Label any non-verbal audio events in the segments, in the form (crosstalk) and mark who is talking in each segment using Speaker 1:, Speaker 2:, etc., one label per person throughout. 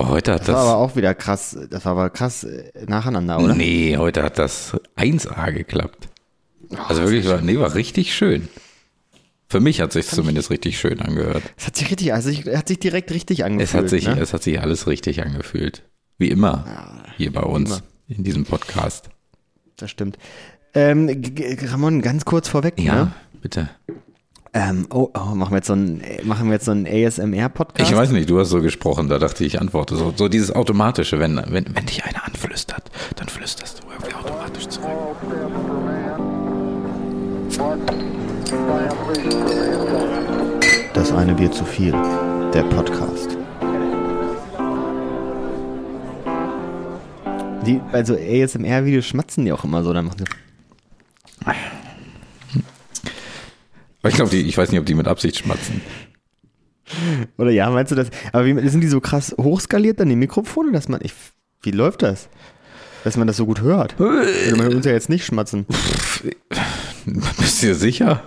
Speaker 1: Heute hat
Speaker 2: Das, war
Speaker 1: das.
Speaker 2: aber auch wieder krass, das war aber krass äh, nacheinander, oder?
Speaker 1: Nee, heute hat das 1A geklappt. Also wirklich, war, nee, war richtig schön. Für mich hat sich zumindest richtig schön angehört.
Speaker 2: Es hat sich richtig, also ich, hat sich direkt richtig angefühlt.
Speaker 1: Es hat, sich,
Speaker 2: ne?
Speaker 1: es hat sich alles richtig angefühlt. Wie immer hier bei uns in diesem Podcast.
Speaker 2: das stimmt. Ähm, G- G- Ramon, ganz kurz vorweg,
Speaker 1: Ja,
Speaker 2: ne?
Speaker 1: bitte.
Speaker 2: Ähm, oh, oh, machen wir jetzt so einen, machen wir jetzt so einen ASMR-Podcast?
Speaker 1: Ich weiß nicht, du hast so gesprochen, da dachte ich, ich antworte. So, so dieses Automatische, wenn, wenn, wenn dich einer anflüstert, dann flüsterst du irgendwie automatisch zurück.
Speaker 3: All steps for man, one giant leap for mankind.
Speaker 2: Das eine Bier zu viel. Der Podcast. Die, also ASMR-Videos schmatzen die auch immer so. Dann machen sie,
Speaker 1: Aber ich glaube, die- ich weiß nicht, ob die mit Absicht schmatzen.
Speaker 2: oder ja, meinst du das? Aber wie, sind die so krass hochskaliert dann die Mikrofone, dass man. Ich, wie läuft das? Dass man das so gut hört. Also man hört uns ja jetzt nicht schmatzen.
Speaker 1: (laughs) Bist du dir sicher?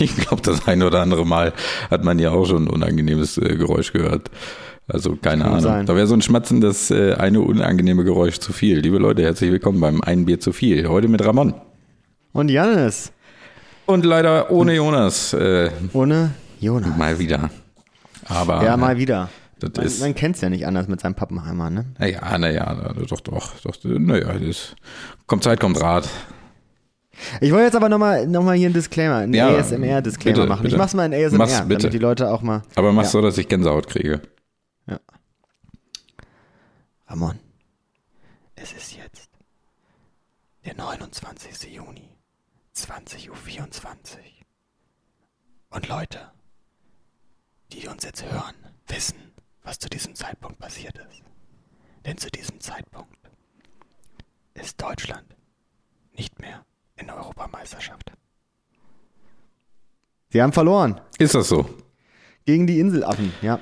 Speaker 1: Ich glaube, das ein oder andere Mal hat man ja auch schon ein unangenehmes äh, Geräusch gehört. Also keine Ahnung.
Speaker 2: sein.
Speaker 1: Da wäre so ein schmatzendes, äh, eine unangenehme Geräusch zu viel. Liebe Leute, herzlich willkommen beim Ein Bier zu viel. Heute mit Ramon.
Speaker 2: Und Janis,
Speaker 1: Und leider ohne Jonas. Äh,
Speaker 2: ohne Jonas.
Speaker 1: mal wieder. Aber
Speaker 2: Ja, mal wieder.
Speaker 1: das
Speaker 2: Man,
Speaker 1: ist.
Speaker 2: man kennt es ja nicht anders mit seinem Pappenheimer, ne?
Speaker 1: Naja, naja, na, doch, doch, doch. Naja, das ist- kommt Zeit, kommt Rat.
Speaker 2: Ich wollte jetzt aber nochmal noch mal hier einen Disclaimer, einen
Speaker 1: Ja,
Speaker 2: ASMR-Disclaimer
Speaker 1: bitte,
Speaker 2: machen.
Speaker 1: bitte.
Speaker 2: Ich mach's mal in ASMR,
Speaker 1: Mach's bitte.
Speaker 2: damit die Leute auch mal.
Speaker 1: Aber mach's
Speaker 2: Ja.
Speaker 1: so, dass ich Gänsehaut kriege.
Speaker 2: Ja. Ramon, es ist jetzt der 29. Juni, 20.24 Uhr. Und Leute, die uns jetzt hören, wissen, was zu diesem Zeitpunkt passiert ist. Denn zu diesem Zeitpunkt ist Deutschland nicht mehr in der Europameisterschaft. Sie haben verloren
Speaker 1: Ist das so?
Speaker 2: gegen die Inselaffen, ja.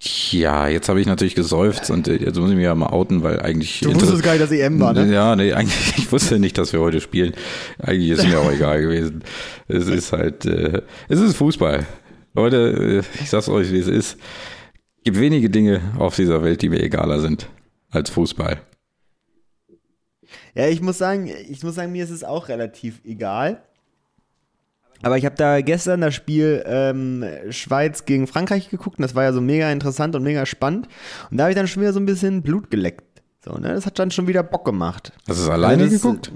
Speaker 1: Tja, jetzt habe ich natürlich gesäuft und äh, jetzt muss ich mich ja mal outen, weil eigentlich.
Speaker 2: Du wusstest gar nicht, dass EM war, ne?
Speaker 1: Ja, nee, eigentlich, (laughs) ich wusste nicht, dass wir heute spielen. Eigentlich ist mir auch egal gewesen. Es ist halt, äh, es ist Fußball. Leute, äh, ich sag's euch, wie es ist. Gibt wenige Dinge auf dieser Welt, die mir egaler sind als Fußball.
Speaker 2: Ja, ich muss sagen, ich muss sagen, mir ist es auch relativ egal. Aber ich habe da gestern das Spiel ähm, Schweiz gegen Frankreich geguckt und das war ja so mega interessant und mega spannend. Und da habe ich dann schon wieder so ein bisschen Blut geleckt. So, ne? Das hat dann schon wieder Bock gemacht.
Speaker 1: Hast du es alleine
Speaker 2: Also das-
Speaker 1: geguckt?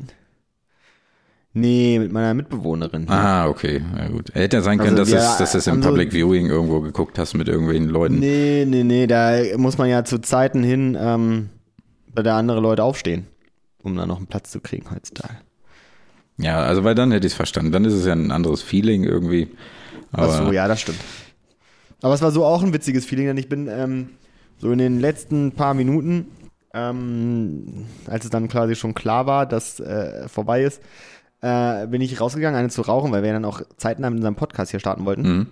Speaker 2: Nee, mit meiner Mitbewohnerin.
Speaker 1: Ah, okay, na gut. Hätte ja sein
Speaker 2: Also
Speaker 1: können, dass,
Speaker 2: wir
Speaker 1: es, dass es im
Speaker 2: haben so-
Speaker 1: Public Viewing irgendwo geguckt hast mit irgendwelchen Leuten.
Speaker 2: Nee, nee, nee, da muss man ja zu Zeiten hin, ähm, bei der andere Leute aufstehen, um da noch einen Platz zu kriegen heutzutage.
Speaker 1: Ja, also weil dann hätte ich es verstanden. Dann ist es ja ein anderes Feeling irgendwie. Aber
Speaker 2: Ach so, ja, das stimmt. Aber es war so auch ein witziges Feeling, denn ich bin ähm, so in den letzten paar Minuten, ähm, als es dann quasi schon klar war, dass äh, vorbei ist, äh, bin ich rausgegangen, eine zu rauchen, weil wir dann auch zeitnah mit unserem Podcast hier starten wollten.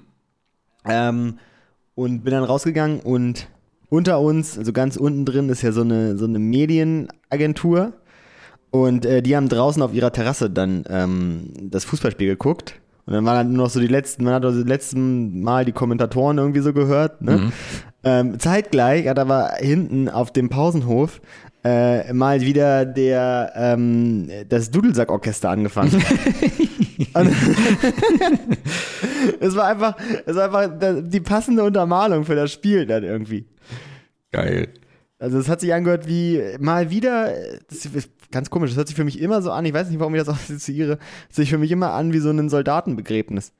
Speaker 2: Ähm, und bin dann rausgegangen und unter uns, also ganz unten drin, ist ja so eine, so eine Medienagentur. Und äh, die haben draußen auf ihrer Terrasse dann ähm, das Fußballspiel geguckt. Und dann waren dann nur noch so die letzten, man hat also das letzte Mal die Kommentatoren irgendwie so gehört. Ne? Ähm, zeitgleich hat aber hinten auf dem Pausenhof äh, mal wieder der ähm, das Dudelsack-Orchester angefangen. Und- (laughs) es war einfach, es war einfach da- die passende Untermalung für das Spiel dann irgendwie.
Speaker 1: geil.
Speaker 2: Also es hat sich angehört wie äh, mal wieder, äh, das ist ganz komisch, das hört sich für mich immer so an, ich weiß nicht, warum ich das (laughs) assoziiere, das hört sich für mich immer an wie so ein Soldatenbegräbnis.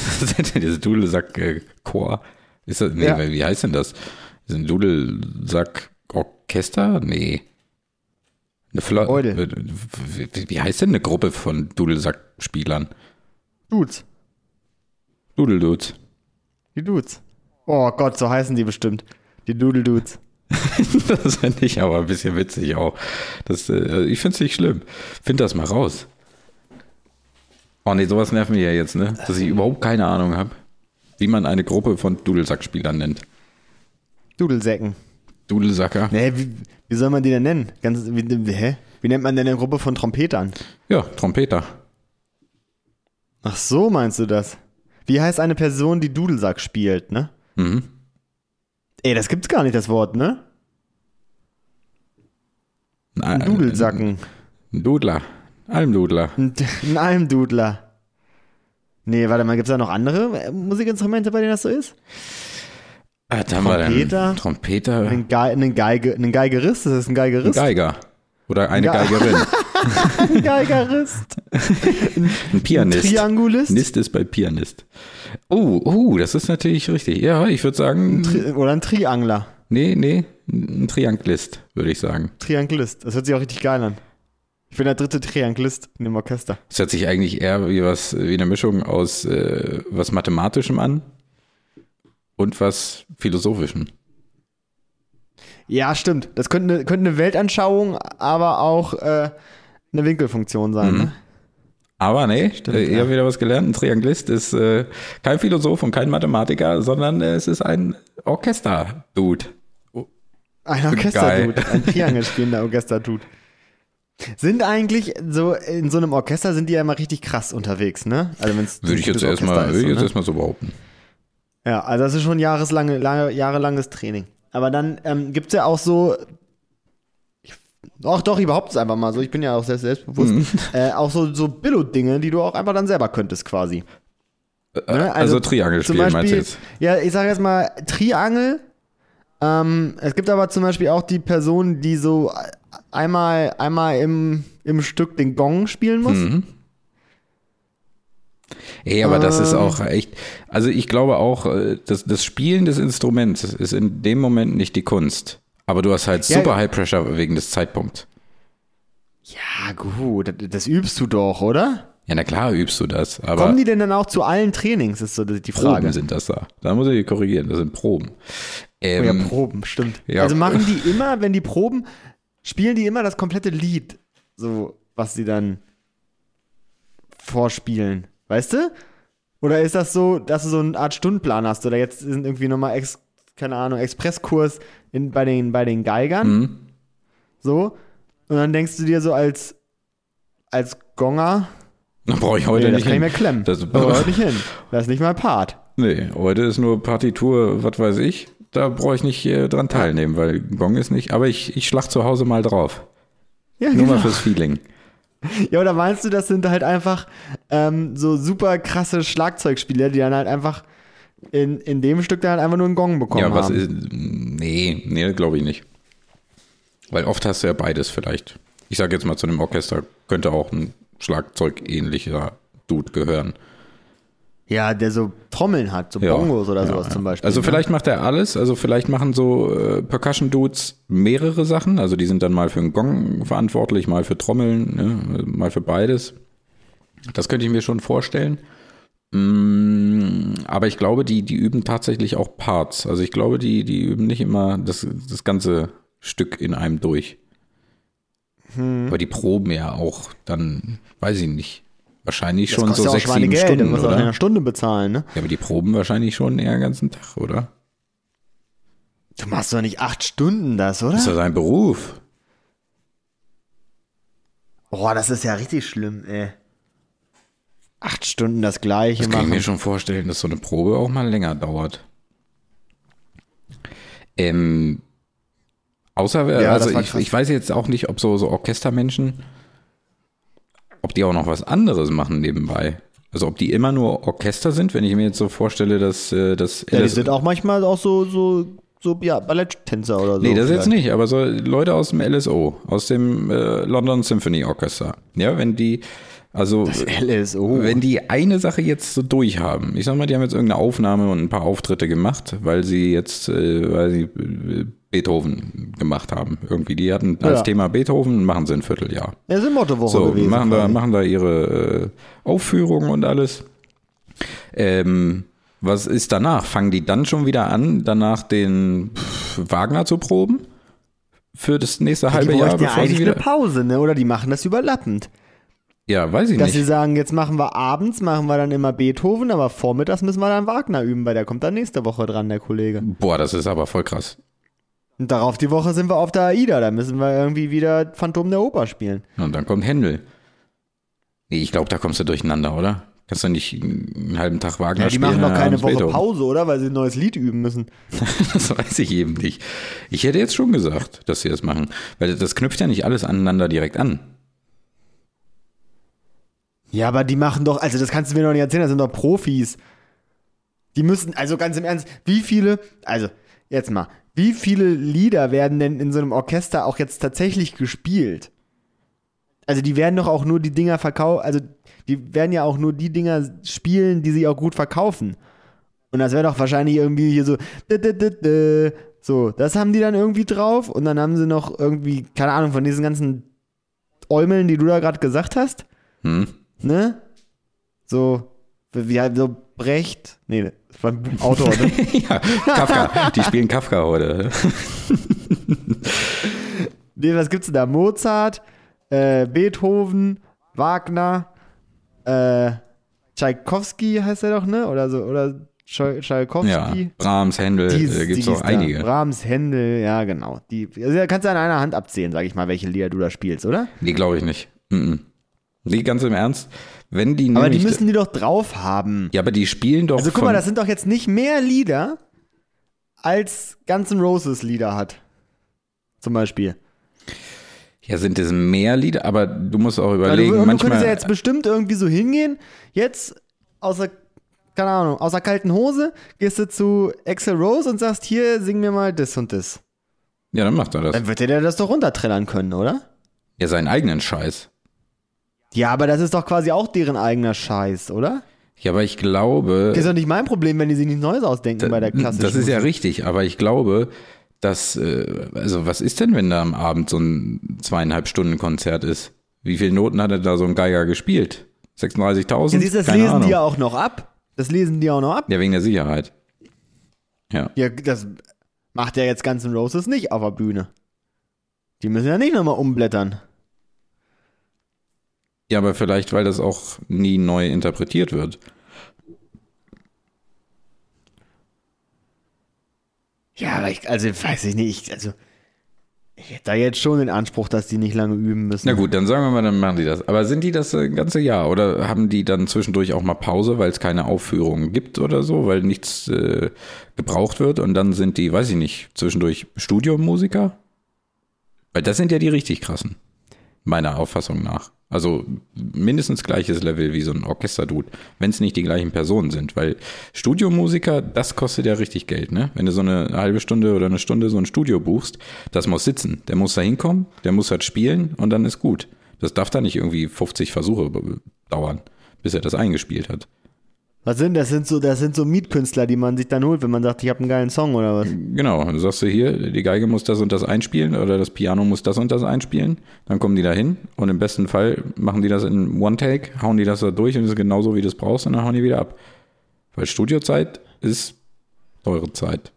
Speaker 1: (laughs) Dieses Dudelsack-Chor. äh, Ist das, nee,
Speaker 2: Ja.
Speaker 1: wie heißt denn das? Ist ein Dudelsack-Orchester? Nee. Eine Flo
Speaker 2: Eudel.
Speaker 1: Wie- wie- Wie heißt denn eine Gruppe von Dudelsack-Spielern?
Speaker 2: Dudes,
Speaker 1: Dudeldudes. (laughs)
Speaker 2: die Dudes. Oh Gott, so heißen die bestimmt. Die Doodle-Dudes.
Speaker 1: Das finde ich aber ein bisschen witzig auch. Das, äh, ich finde es nicht schlimm. Find das mal raus. Oh nee, sowas nervt mich ja jetzt, ne? Dass ich überhaupt keine Ahnung habe, wie man eine Gruppe von Dudelsack-Spielern nennt.
Speaker 2: Dudelsäcken.
Speaker 1: Dudelsacker?
Speaker 2: Nee, wie, wie soll man die denn nennen? Ganz, wie, wie- hä? Wie nennt man denn eine Gruppe von Trompetern?
Speaker 1: Ja, Trompeter.
Speaker 2: Ach so, meinst du das? Wie heißt eine Person, die Dudelsack spielt, ne?
Speaker 1: Mhm.
Speaker 2: Ey, das gibt's gar nicht, das Wort, ne? Ein
Speaker 1: Äh,
Speaker 2: Dudelsacken.
Speaker 1: Ein Dudler. Almdudler.
Speaker 2: (laughs) Ein, ein Almdudler. Nee, warte mal, gibt's da noch andere äh, Musikinstrumente, bei denen das so ist?
Speaker 1: Ah, da haben wir dann
Speaker 2: Trompeter.
Speaker 1: Trompeter. Ein
Speaker 2: Einen, Ge einen, Geige einen Geigerist? Ist das ein Geigerist?
Speaker 1: Geiger. Oder eine
Speaker 2: Ge-
Speaker 1: Geigerin.
Speaker 2: ein Geigerist?
Speaker 1: Ein
Speaker 2: Ein
Speaker 1: Pianist.
Speaker 2: Triangulist?
Speaker 1: Nist ist bei Pianist. Oh, oh, das ist natürlich richtig. Ja, ich würde sagen,
Speaker 2: Tri oder ein Triangler?
Speaker 1: nee, nee, ein Trianglist, würde ich sagen.
Speaker 2: Trianglist. Das hört sich auch richtig geil an. Ich bin der dritte Trianglist in dem Orchester.
Speaker 1: Das hört sich eigentlich eher wie was, wie eine Mischung aus äh, was Mathematischem an und was Philosophischem.
Speaker 2: Ja, stimmt. Das könnte eine, könnte eine Weltanschauung, aber auch äh, eine Winkelfunktion sein. Ne?
Speaker 1: Aber nee, äh, eher wieder was gelernt. Ein Trianglist ist äh, kein Philosoph und kein Mathematiker, sondern äh, es ist ein Orchester-Dude.
Speaker 2: Ein
Speaker 1: Geil.
Speaker 2: Orchester-Dude, ein Triangel spielender Orchester-Dude. Sind eigentlich so, in so einem Orchester sind die ja immer richtig krass unterwegs, ne? Also wenn's
Speaker 1: Würde ich jetzt erstmal
Speaker 2: Orchester
Speaker 1: würde ich jetzt
Speaker 2: so, ne?
Speaker 1: erstmal so behaupten.
Speaker 2: Ja, also das ist schon jahreslange, lange, jahrelanges Training. Aber dann ähm, gibt's ja auch so. Ach doch, ich behaupte es einfach mal so. Ich bin ja auch selbst selbstbewusst.
Speaker 1: Mhm.
Speaker 2: (laughs) Äh, auch so, so Billo-Dinge, die du auch einfach dann selber könntest, quasi. Ne?
Speaker 1: also Triangel
Speaker 2: zum
Speaker 1: spielen,
Speaker 2: Beispiel,
Speaker 1: meinst du jetzt?
Speaker 2: Ja, ich sage jetzt mal Triangel. Ähm, es gibt aber zum Beispiel auch die Person, die so einmal, einmal im, im Stück den Gong spielen muss.
Speaker 1: Mhm. Ey, aber das
Speaker 2: Ähm.
Speaker 1: ist auch echt. Also ich glaube auch, äh, das, das Spielen des Instruments ist in dem Moment nicht die Kunst. Aber du hast halt
Speaker 2: Ja.
Speaker 1: super High Pressure wegen des Zeitpunkts.
Speaker 2: Ja, gut, das, das übst du doch, oder?
Speaker 1: Ja, na klar übst du das, aber
Speaker 2: Kommen die denn dann auch zu allen Trainings, ist so die Frage.
Speaker 1: Proben sind das da. Da muss ich dich korrigieren, das sind Proben. Ähm,
Speaker 2: Oh ja, Proben, stimmt.
Speaker 1: ja.
Speaker 2: Also machen die immer, wenn die proben, spielen die immer das komplette Lied, so was sie dann vorspielen. Weißt du? Oder ist das so, dass du so eine Art Stundenplan hast oder jetzt sind irgendwie nochmal, ex, keine Ahnung, Expresskurs in, bei, den, bei den Geigern?
Speaker 1: Mhm.
Speaker 2: So. Und dann denkst du dir so als, als Gonger,
Speaker 1: (laughs) Da brauche ich heute
Speaker 2: nee, das
Speaker 1: nicht.
Speaker 2: kann ich
Speaker 1: hin.
Speaker 2: mir klemmen. Also
Speaker 1: Das- (laughs)
Speaker 2: Das, das nicht hin. Das ist nicht mein Part.
Speaker 1: nee, heute ist nur Partitur, was weiß ich. Da brauche ich nicht äh, dran teilnehmen, weil Gong ist nicht. Aber ich, ich schlag zu Hause mal drauf.
Speaker 2: Ja, genau.
Speaker 1: Nur mal fürs Feeling.
Speaker 2: Ja, oder meinst du, das sind halt einfach ähm, so super krasse Schlagzeugspieler, die dann halt einfach in, in dem Stück dann halt einfach nur einen Gong bekommen
Speaker 1: Ja, was
Speaker 2: haben?
Speaker 1: ist. Nee, nee, glaube ich nicht. Weil oft hast du ja beides vielleicht. Ich sage jetzt mal zu einem Orchester, könnte auch ein Schlagzeugähnlicher Dude gehören.
Speaker 2: ja, der so Trommeln hat, so
Speaker 1: Ja.
Speaker 2: Bongos oder
Speaker 1: Ja,
Speaker 2: sowas
Speaker 1: ja.
Speaker 2: zum Beispiel.
Speaker 1: Also
Speaker 2: ne?
Speaker 1: vielleicht macht er alles. Also vielleicht machen so äh, Percussion-Dudes mehrere Sachen. Also die sind dann mal für einen Gong verantwortlich, mal für Trommeln, ne? mal für beides. Das könnte ich mir schon vorstellen. Mm, aber ich glaube, die, die üben tatsächlich auch Parts. Also ich glaube, die, die üben nicht immer das, das ganze Stück in einem durch.
Speaker 2: Hm.
Speaker 1: Aber die proben ja auch dann, weiß ich nicht, wahrscheinlich
Speaker 2: Das
Speaker 1: schon so
Speaker 2: kostet ja auch
Speaker 1: sechs, sieben
Speaker 2: Schweinegeld,
Speaker 1: Stunden,
Speaker 2: dann musst du auch in
Speaker 1: oder?
Speaker 2: einer Stunde bezahlen, ne?
Speaker 1: Ja, aber die proben wahrscheinlich schon eher den ganzen Tag, oder?
Speaker 2: Du machst doch nicht acht Stunden das,
Speaker 1: Das ist
Speaker 2: oder?
Speaker 1: ja sein Beruf.
Speaker 2: Boah, das ist ja richtig schlimm, ey. Acht Stunden das Gleiche
Speaker 1: Das kann ich
Speaker 2: machen.
Speaker 1: mir schon vorstellen, dass so eine Probe auch mal länger dauert. Ähm, außer,
Speaker 2: Ja,
Speaker 1: also
Speaker 2: das war
Speaker 1: ich,
Speaker 2: krass.
Speaker 1: ich weiß jetzt auch nicht, ob so, so Orchestermenschen, ob die auch noch was anderes machen nebenbei. Also ob die immer nur Orchester sind, wenn ich mir jetzt so vorstelle, dass äh, das
Speaker 2: Ja, die sind auch manchmal auch so, so, so ja, Balletttänzer oder so.
Speaker 1: Nee, das
Speaker 2: vielleicht.
Speaker 1: jetzt nicht, aber so Leute aus dem LSO, aus dem äh, London Symphony Orchestra. Ja, wenn die, also
Speaker 2: LSO.
Speaker 1: Wenn die eine Sache jetzt so durchhaben, ich sag mal, die haben jetzt irgendeine Aufnahme und ein paar Auftritte gemacht, weil sie jetzt, äh, weil sie äh, Beethoven gemacht haben. Irgendwie, die hatten als
Speaker 2: Ja.
Speaker 1: Thema Beethoven, machen sie ein Vierteljahr.
Speaker 2: Das ist eine Mottowoche
Speaker 1: So,
Speaker 2: gewesen.
Speaker 1: machen da,
Speaker 2: quasi.
Speaker 1: machen da ihre äh, Aufführungen und alles. Ähm, was ist danach? Fangen die dann schon wieder an, danach den pff, Wagner zu proben? Für das nächste halbe
Speaker 2: die
Speaker 1: Jahr,
Speaker 2: bräuchten ja
Speaker 1: bevor sie
Speaker 2: eigentlich
Speaker 1: wieder.
Speaker 2: eine Pause, ne? Oder die machen das überlappend.
Speaker 1: Ja, weiß ich
Speaker 2: Dass
Speaker 1: nicht.
Speaker 2: sie sagen, jetzt machen wir abends, machen wir dann immer Beethoven, aber vormittags müssen wir dann Wagner üben, weil der kommt dann nächste Woche dran, der Kollege.
Speaker 1: Boah, das ist aber voll krass.
Speaker 2: Und darauf die Woche sind wir auf der AIDA, da müssen wir irgendwie wieder Phantom der Oper spielen.
Speaker 1: Und dann kommt Händel. Nee, ich glaube, da kommst du durcheinander, oder? Kannst du nicht einen halben Tag Wagner
Speaker 2: Ja, die
Speaker 1: spielen?
Speaker 2: machen doch
Speaker 1: und
Speaker 2: keine
Speaker 1: abends
Speaker 2: Woche
Speaker 1: Beethoven?
Speaker 2: Pause, oder? Weil sie ein neues Lied üben müssen.
Speaker 1: (laughs) Das weiß ich eben nicht. Ich hätte jetzt schon gesagt, dass sie das machen. Weil das knüpft ja nicht alles aneinander direkt an. (laughs)
Speaker 2: Ja, aber die machen doch, also das kannst du mir doch nicht erzählen, das sind doch Profis. Die müssen, also ganz im Ernst, wie viele, also jetzt mal, wie viele Lieder werden denn in so einem Orchester auch jetzt tatsächlich gespielt? Also die werden doch auch nur die Dinger verkaufen, also die werden ja auch nur die Dinger spielen, die sich auch gut verkaufen. Und das wäre doch wahrscheinlich irgendwie hier so, dä, dä, dä, dä. so, das haben die dann irgendwie drauf und dann haben sie noch irgendwie, keine Ahnung, von diesen ganzen Äumeln, die du da gerade gesagt hast
Speaker 1: Hm?
Speaker 2: ne? So, wie halt so Brecht. Nee, das war ein Autor, ne?
Speaker 1: (laughs) Ja, Kafka. Die spielen Kafka heute.
Speaker 2: nee, was gibt's denn da? Mozart, äh, Beethoven, Wagner, äh, Tchaikovsky heißt er doch, ne? Oder so, oder Tschai-
Speaker 1: Ja,
Speaker 2: Tchaikovsky.
Speaker 1: Brahms, Händel, äh, gibt es auch
Speaker 2: da.
Speaker 1: einige.
Speaker 2: Brahms, Händel, ja, genau. Die, also, da kannst du an einer Hand abzählen, sag ich mal, welche Lieder du da spielst, oder?
Speaker 1: Nee, glaube ich nicht. Mhm. Nee, ganz im Ernst. Wenn die
Speaker 2: Aber die
Speaker 1: nämlich-
Speaker 2: müssen die doch drauf haben.
Speaker 1: Ja, aber die spielen doch.
Speaker 2: Also guck
Speaker 1: von,
Speaker 2: mal, das sind doch jetzt nicht mehr Lieder, als Guns N' Roses Lieder hat. Zum Beispiel.
Speaker 1: ja, sind das mehr Lieder, aber du musst auch
Speaker 2: Weil
Speaker 1: überlegen,
Speaker 2: du, du
Speaker 1: manchmal.
Speaker 2: Also könntest ja jetzt bestimmt irgendwie so hingehen, jetzt außer, keine Ahnung, außer kalten Hose, gehst du zu Axel Rose und sagst, hier, sing mir mal das und das.
Speaker 1: ja, dann macht er das.
Speaker 2: Dann wird der das doch runtertrellern können, oder?
Speaker 1: Ja, seinen eigenen Scheiß.
Speaker 2: Ja, aber das ist doch quasi auch deren eigener Scheiß, oder?
Speaker 1: Ja, aber ich glaube.
Speaker 2: Das ist doch nicht mein Problem, wenn die sich nichts Neues ausdenken bei der klassischen
Speaker 1: Das ist ja richtig, aber ich glaube, dass, äh, also was ist denn, wenn da am Abend so ein zweieinhalb Stunden Konzert ist? Wie viele Noten hat denn da so ein Geiger gespielt? 36.000?
Speaker 2: Ja, siehst du, das
Speaker 1: Keine
Speaker 2: lesen
Speaker 1: Ahnung.
Speaker 2: die ja auch noch ab. Das lesen die auch noch ab.
Speaker 1: Ja, wegen der Sicherheit. Ja.
Speaker 2: Ja, das macht ja jetzt Guns N' Roses nicht auf der Bühne. Die müssen ja nicht nochmal umblättern.
Speaker 1: Ja, aber vielleicht, weil das auch nie neu interpretiert wird.
Speaker 2: Ja, aber ich, also weiß ich nicht, ich, also ich hätte da jetzt schon den Anspruch, dass die nicht lange üben müssen.
Speaker 1: Na gut, dann sagen wir mal, dann machen die das. Aber sind die das äh, ganze Jahr oder haben die dann zwischendurch auch mal Pause, weil es keine Aufführungen gibt oder so, weil nichts äh, gebraucht wird und dann sind die, weiß ich nicht, zwischendurch Studiomusiker? Weil das sind ja die richtig krassen, meiner Auffassung nach. Also mindestens gleiches Level wie so ein Orchesterdude, wenn es nicht die gleichen Personen sind. Weil Studiomusiker, das kostet ja richtig Geld, ne? Wenn du so eine halbe Stunde oder eine Stunde so ein Studio buchst, das muss sitzen. Der muss da hinkommen, der muss halt spielen und dann ist gut. Das darf da nicht irgendwie 50 Versuche be- dauern, bis er das eingespielt hat.
Speaker 2: Was sind das? Sind so, das sind so Mietkünstler, die man sich dann holt, wenn man sagt, ich habe einen geilen Song
Speaker 1: (laughs)
Speaker 2: oder was.
Speaker 1: Genau, dann sagst du hier, die Geige muss das und das einspielen oder das Piano muss das und das einspielen. Dann kommen die da hin und im besten Fall machen die das in One-Take, hauen die das da durch und es ist genauso, wie du es brauchst und dann hauen die wieder ab. Weil Studiozeit ist teure Zeit.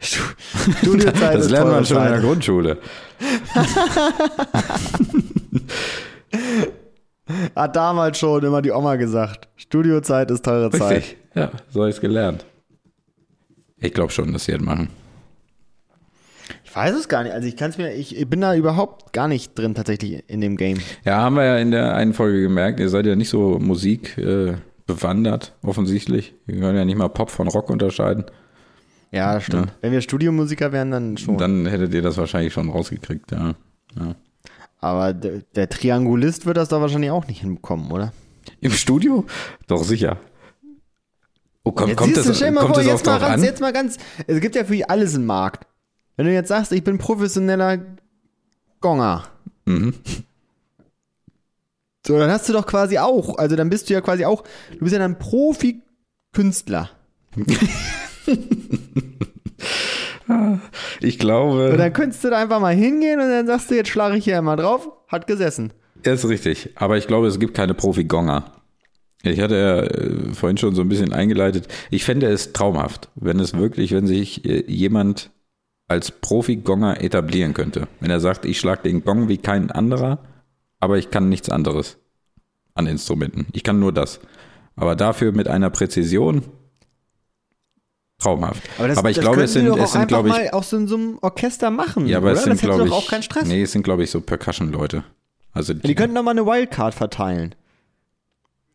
Speaker 2: Studiozeit
Speaker 1: Das
Speaker 2: ist
Speaker 1: lernt man
Speaker 2: teure
Speaker 1: schon in der
Speaker 2: Zeit.
Speaker 1: Grundschule.
Speaker 2: Hat damals schon immer die Oma gesagt. Studiozeit ist teure Zeit.
Speaker 1: Richtig, ja, so habe ich es gelernt. Ich glaube schon, dass sie das machen.
Speaker 2: Ich weiß es gar nicht. Also ich kann es mir, ich, ich bin da überhaupt gar nicht drin tatsächlich in dem Game.
Speaker 1: Ja, haben wir ja in der einen Folge gemerkt, ihr seid ja nicht so Musik äh, bewandert, offensichtlich. Wir können ja nicht mal Pop von Rock unterscheiden.
Speaker 2: Ja, das stimmt. Wenn wir Studiomusiker wären, dann schon.
Speaker 1: Dann hättet ihr das wahrscheinlich schon rausgekriegt, ja. ja.
Speaker 2: Aber der, der Triangulist wird das da wahrscheinlich auch nicht hinbekommen, oder?
Speaker 1: Im Studio? Doch, sicher. Oh, komm,
Speaker 2: Jetzt
Speaker 1: kommt
Speaker 2: siehst
Speaker 1: das,
Speaker 2: du, stell mal
Speaker 1: kommt
Speaker 2: vor,
Speaker 1: das auch
Speaker 2: jetzt mal,
Speaker 1: drauf
Speaker 2: ganz,
Speaker 1: an?
Speaker 2: jetzt mal ganz, es gibt ja für alles einen Markt. Wenn du jetzt sagst, ich bin professioneller Gonger.
Speaker 1: Mhm.
Speaker 2: So, dann hast du doch quasi auch, also dann bist du ja quasi auch, du bist ja dann Profi-Künstler.
Speaker 1: Ich
Speaker 2: Und
Speaker 1: glaube,
Speaker 2: dann könntest du da einfach mal hingehen und dann sagst du, jetzt schlage ich hier einmal drauf, hat gesessen.
Speaker 1: er ist richtig. Aber ich glaube, es gibt keine Profi-Gonger. Ich hatte ja äh, vorhin schon so ein bisschen eingeleitet. Ich fände es traumhaft, wenn es wirklich, wenn sich äh, jemand als Profi-Gonger etablieren könnte. Wenn er sagt, ich schlag den Gong wie kein anderer, aber ich kann nichts anderes an Instrumenten. Ich kann nur das. Aber dafür mit einer Präzision traumhaft. Aber, ich glaube, es
Speaker 2: könnten die
Speaker 1: sind,
Speaker 2: doch
Speaker 1: es
Speaker 2: auch
Speaker 1: sind
Speaker 2: einfach
Speaker 1: glaube ich,
Speaker 2: mal auch so in so einem Orchester machen.
Speaker 1: ja, aber
Speaker 2: oder?
Speaker 1: es sind,
Speaker 2: das hätte
Speaker 1: glaube
Speaker 2: doch
Speaker 1: ich,
Speaker 2: auch keinen Stress.
Speaker 1: nee, es sind, glaube ich, so Percussion-Leute. Also
Speaker 2: Die könnten doch mal eine Wildcard verteilen.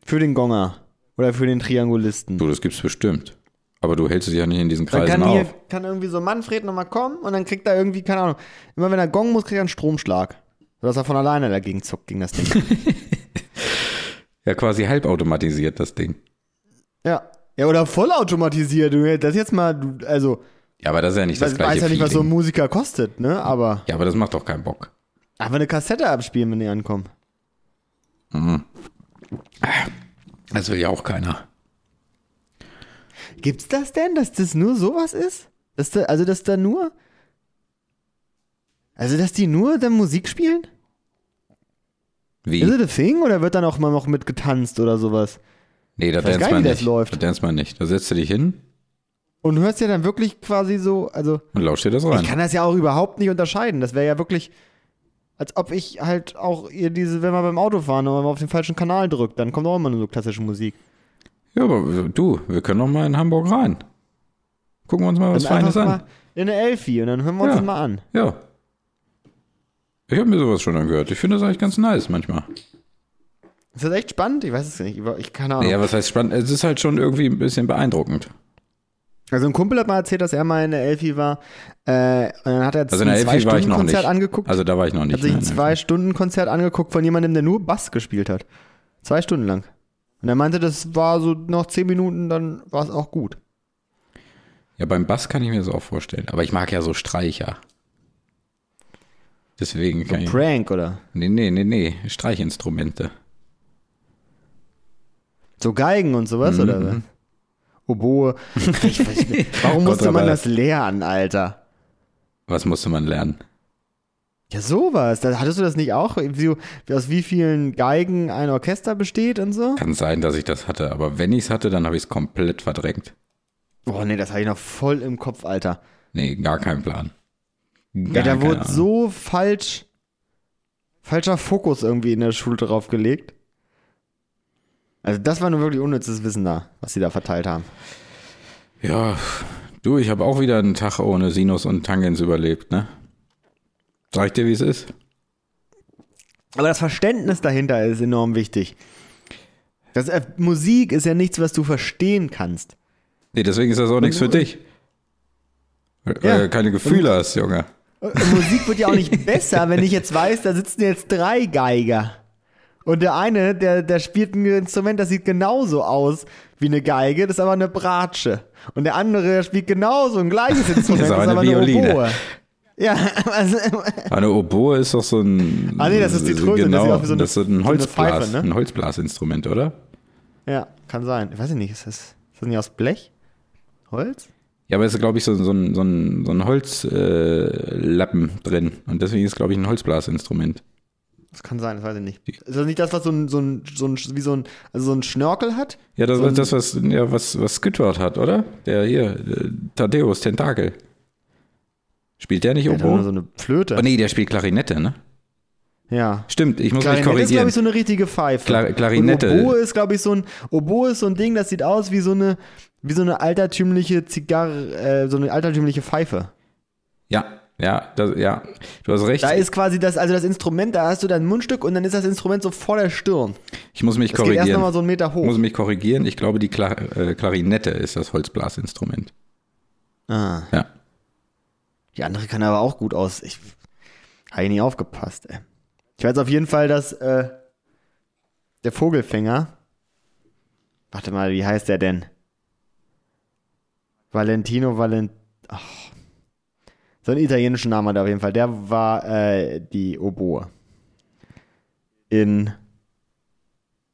Speaker 2: Für den Gonger oder für den Triangulisten.
Speaker 1: Du, das gibt's bestimmt. Aber du hältst dich ja nicht in diesen
Speaker 2: Dann
Speaker 1: Kreisen
Speaker 2: kann, hier,
Speaker 1: auf.
Speaker 2: kann irgendwie so Manfred nochmal kommen und dann kriegt er irgendwie, keine Ahnung, immer wenn er Gong muss, kriegt er einen Stromschlag. Sodass er von alleine dagegen zuckt, gegen
Speaker 1: (laughs)
Speaker 2: das Ding.
Speaker 1: Ja, quasi halbautomatisiert, das Ding.
Speaker 2: ja. Ja, oder vollautomatisiert. Du, das jetzt mal, du, also,
Speaker 1: Ja, aber das ist ja nicht das
Speaker 2: ich weiß
Speaker 1: gleiche
Speaker 2: ja nicht, was so ein
Speaker 1: Feeling.
Speaker 2: Musiker kostet, ne? Aber
Speaker 1: Ja, aber das macht doch keinen Bock.
Speaker 2: einfach eine Kassette abspielen, wenn die ankommen.
Speaker 1: Das will ja auch keiner.
Speaker 2: Gibt's das denn, dass das nur sowas ist? Dass da, also, dass da nur. Also, dass die nur dann Musik spielen?
Speaker 1: Wie?
Speaker 2: Is it a thing? Oder wird dann auch mal noch mit getanzt oder sowas?
Speaker 1: Nee, da
Speaker 2: weiß
Speaker 1: dance
Speaker 2: gar
Speaker 1: man
Speaker 2: nicht, wie
Speaker 1: nicht.
Speaker 2: das läuft.
Speaker 1: Da dance man nicht. Da setzt du dich hin
Speaker 2: Und hörst ja dann wirklich quasi so, also.
Speaker 1: und lauscht dir das
Speaker 2: Ich
Speaker 1: rein.
Speaker 2: kann das ja auch überhaupt nicht unterscheiden. Das wäre ja wirklich, als ob ich halt auch ihr diese, wenn man beim Auto fahren und man auf den falschen Kanal drückt, dann kommt auch immer nur so klassische Musik.
Speaker 1: Ja, aber du, wir können doch mal in Hamburg rein. Gucken wir uns mal was
Speaker 2: Dann
Speaker 1: Feines
Speaker 2: einfach
Speaker 1: an.
Speaker 2: mal in eine Elfi und dann hören wir uns
Speaker 1: Ja.
Speaker 2: das mal an.
Speaker 1: Ja. Ich habe mir sowas schon angehört. Ich finde das eigentlich ganz nice manchmal.
Speaker 2: Ist das echt spannend? Ich weiß es nicht. Ich, ich keine Ahnung.
Speaker 1: Ja, was heißt spannend? Es ist halt schon irgendwie ein bisschen beeindruckend.
Speaker 2: Also ein Kumpel hat mal erzählt, dass er mal in der Elfi war. Äh, und dann hat er
Speaker 1: Also in der
Speaker 2: ein
Speaker 1: Elfi war ich noch nicht.
Speaker 2: Zwei-Stunden-Konzert angeguckt.
Speaker 1: Also da war ich noch nicht.
Speaker 2: hat sich ein
Speaker 1: nein, nein.
Speaker 2: Zwei-Stunden-Konzert angeguckt von jemandem, der nur Bass gespielt hat. Zwei Stunden lang. Und er meinte, das war so noch zehn Minuten, dann war es auch gut.
Speaker 1: Ja, beim Bass kann ich mir das auch vorstellen. Aber ich mag ja so Streicher. Deswegen kann ich.
Speaker 2: Prank, oder?
Speaker 1: Nee, nee, nee, nee. Streichinstrumente.
Speaker 2: So Geigen und sowas,
Speaker 1: Mhm,
Speaker 2: oder was?
Speaker 1: (laughs)
Speaker 2: Oboe. Ich weiß nicht. Warum musste man
Speaker 1: Kontrabass.
Speaker 2: das lernen, Alter?
Speaker 1: Was musste man lernen?
Speaker 2: Ja, sowas. Da, hattest du das nicht auch? Wie, wie- aus wie vielen Geigen ein Orchester besteht und so?
Speaker 1: Kann sein, dass ich das hatte. Aber wenn ich es hatte, dann habe ich es komplett verdrängt.
Speaker 2: Boah, Oh, nee, das hatte ich noch voll im Kopf, Alter.
Speaker 1: Nee, gar kein Plan.
Speaker 2: Ja,
Speaker 1: Gar
Speaker 2: da
Speaker 1: keine
Speaker 2: wurde
Speaker 1: Ahnung.
Speaker 2: so falsch, falscher Fokus irgendwie in der Schule drauf gelegt. Also das war nur wirklich unnützes Wissen da, was sie da verteilt haben.
Speaker 1: Ja, du, ich habe auch wieder einen Tag ohne Sinus und Tangens überlebt, ne? Sag ich dir, wie es ist?
Speaker 2: Aber das Verständnis dahinter ist enorm wichtig. Das, äh, Musik ist ja nichts, was du verstehen kannst.
Speaker 1: Nee, deswegen ist das auch nichts für dich. Weil
Speaker 2: Ja.
Speaker 1: du keine Gefühle hast, Junge.
Speaker 2: Und Äh, Musik wird ja auch (laughs) nicht besser, wenn ich jetzt weiß, da sitzen jetzt drei Geiger. Und der eine, der, der spielt ein Instrument, das sieht genauso aus wie eine Geige, das ist aber eine Bratsche. Und der andere der spielt genauso ein (laughs) gleiches Instrument, das ist aber eine,
Speaker 1: Violine.
Speaker 2: Oboe. Ja, (laughs) also,
Speaker 1: Eine Oboe ist doch so ein.
Speaker 2: Ah, nee, das ist die Tröte, das
Speaker 1: Genau,
Speaker 2: sieht
Speaker 1: das ist,
Speaker 2: auch wie so eine-
Speaker 1: ein
Speaker 2: so eine
Speaker 1: Holzblas,
Speaker 2: Pfeife, ne?
Speaker 1: ein Holzblasinstrument, oder?
Speaker 2: ja, kann sein. Ich weiß ich nicht, ist das, ist das nicht aus Blech? Holz?
Speaker 1: Ja, aber es ist, glaube ich, so, so ein, so ein, so ein Holzlappen äh, Lappen drin. Und deswegen ist, glaube ich, ein Holzblasinstrument.
Speaker 2: Das kann sein, das weiß ich nicht. Ist das nicht das, was so ein, so ein, so ein, wie so ein, also so ein Schnörkel hat?
Speaker 1: Ja, das
Speaker 2: So
Speaker 1: ist das, was, ja, was, was Squidward hat, oder? Der hier, äh, Thaddeus Tentakel. Spielt der nicht
Speaker 2: Der hat nur
Speaker 1: Oboe?
Speaker 2: so eine Flöte.
Speaker 1: Oh nee, der spielt Klarinette, ne?
Speaker 2: Ja.
Speaker 1: Stimmt, ich muss mich
Speaker 2: Klarinette ist, glaube
Speaker 1: korrigieren.
Speaker 2: ich, so eine richtige Pfeife.
Speaker 1: Kla- Klarinette.
Speaker 2: Und Oboe ist, glaube ich, so ein Oboe ist so ein Ding, das sieht aus wie so eine, wie so eine altertümliche Zigarre, äh, so eine altertümliche Pfeife.
Speaker 1: ja, ja, das, ja. Du hast recht.
Speaker 2: Da ist quasi das, also das Instrument, da hast du dein Mundstück und dann ist das Instrument so vor der Stirn.
Speaker 1: ich muss mich
Speaker 2: Das geht erst
Speaker 1: korrigieren.
Speaker 2: nochmal so einen Meter
Speaker 1: Ich muss
Speaker 2: hoch.
Speaker 1: mich korrigieren. Ich glaube, die Kla äh, Klarinette ist das Holzblasinstrument.
Speaker 2: Ah,
Speaker 1: Ja.
Speaker 2: die andere kann aber auch gut aus. Ich habe nie aufgepasst, ey. Ich weiß auf jeden Fall, dass äh, der Vogelfänger. Warte mal, wie heißt der denn? Valentino Valent. Ach. So einen italienischen Namen hat er auf jeden Fall. Der war äh, die Oboe. In.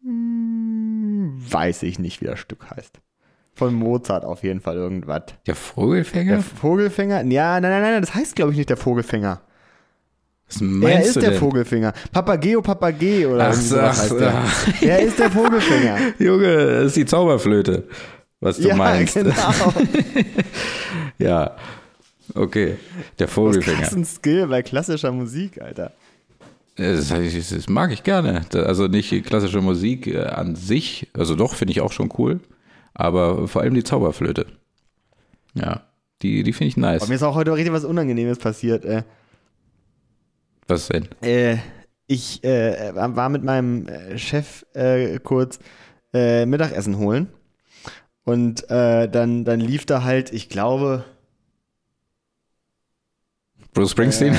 Speaker 2: Hm, Weiß ich nicht, wie das Stück heißt. Von Mozart auf jeden Fall irgendwas.
Speaker 1: Der Vogelfänger?
Speaker 2: Der Vogelfänger? Ja, nein, nein, nein, das heißt, glaube ich, nicht der Vogelfänger.
Speaker 1: Was meinst
Speaker 2: er ist
Speaker 1: du
Speaker 2: der
Speaker 1: denn?
Speaker 2: Vogelfänger. Papageo Papageo oder
Speaker 1: Ach,
Speaker 2: irgendwie sowas
Speaker 1: ach,
Speaker 2: heißt der.
Speaker 1: ach.
Speaker 2: Er ist der Vogelfänger.
Speaker 1: Junge, das ist die Zauberflöte, was (laughs) du
Speaker 2: ja,
Speaker 1: meinst.
Speaker 2: genau.
Speaker 1: (laughs) Ja. Okay. Der
Speaker 2: Das
Speaker 1: Vogelfänger.
Speaker 2: krassen Skill bei klassischer Musik, Alter.
Speaker 1: Das, das mag ich gerne. Da- Also nicht klassische Musik äh, an sich, also doch, finde ich auch schon cool. Aber vor allem die Zauberflöte. Ja. Die, die finde ich
Speaker 2: Aber
Speaker 1: nice.
Speaker 2: mir ist auch heute richtig was Unangenehmes passiert. Äh,
Speaker 1: Was denn?
Speaker 2: äh, ich äh, war mit meinem äh, Chef äh, kurz äh, Mittagessen holen. Und äh, dann, dann lief da halt, ich glaube,
Speaker 1: Bruce Springsteen?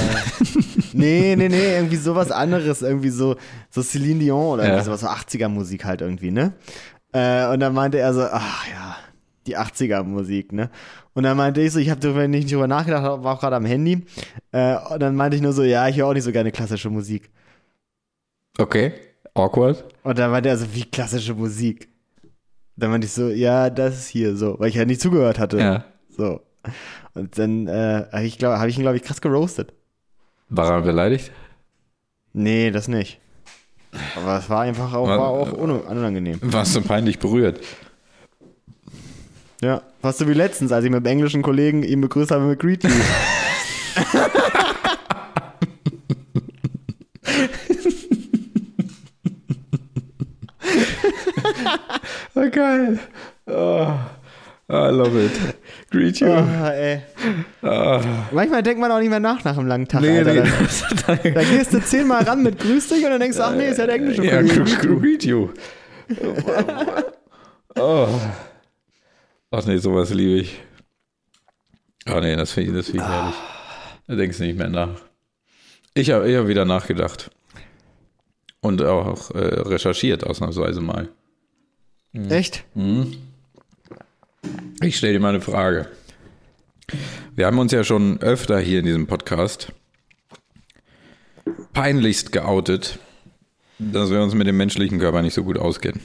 Speaker 2: nee, nee, nee, irgendwie sowas anderes, irgendwie so, so Celine Dion oder irgendwie
Speaker 1: Ja.
Speaker 2: sowas, so 80er-Musik halt irgendwie, ne? Äh, und dann meinte er so, ach ja, die 80er-Musik, ne? Und dann meinte ich so, ich habe darüber nicht drüber nachgedacht, war auch gerade am Handy. Äh, und dann meinte ich nur so, ja, ich höre auch nicht so gerne klassische Musik.
Speaker 1: Okay. Awkward.
Speaker 2: Und dann meinte er so, wie klassische Musik? Dann meinte ich so, ja, das hier, so, weil ich ja nicht zugehört hatte.
Speaker 1: Ja.
Speaker 2: So. Und dann äh, habe ich, glaub, hab ich ihn, glaube ich, krass geroastet.
Speaker 1: War er beleidigt?
Speaker 2: Nee, das nicht. Aber es war einfach auch, war auch un- unangenehm.
Speaker 1: Warst du peinlich berührt?
Speaker 2: Ja, fast so wie letztens, als ich mit dem englischen Kollegen ihn begrüßt habe mit
Speaker 1: (laughs)
Speaker 2: Greet You.
Speaker 1: Ah, geil. Oh, I love it. Greet you.
Speaker 2: Ah, ey.
Speaker 1: Ah.
Speaker 2: Manchmal denkt man auch nicht mehr nach nach einem langen Tag. Alter.
Speaker 1: (laughs)
Speaker 2: Da, da gehst du zehnmal ran mit Grüß dich und dann denkst du, ach nee, ist ja der englische
Speaker 1: Ja,
Speaker 2: Kollege.
Speaker 1: gr- gr- greet you. oh. Ach nee, sowas liebe ich. Ach nee, das finde ich, das find ich herrlich. Da denkst du nicht mehr nach. Ich habe eher wieder nachgedacht. Und auch äh, recherchiert, ausnahmsweise mal.
Speaker 2: Echt?
Speaker 1: Hm. Ich stelle dir mal eine Frage. Wir haben uns ja schon öfter hier in diesem Podcast peinlichst geoutet, dass wir uns mit dem menschlichen Körper nicht so gut auskennen.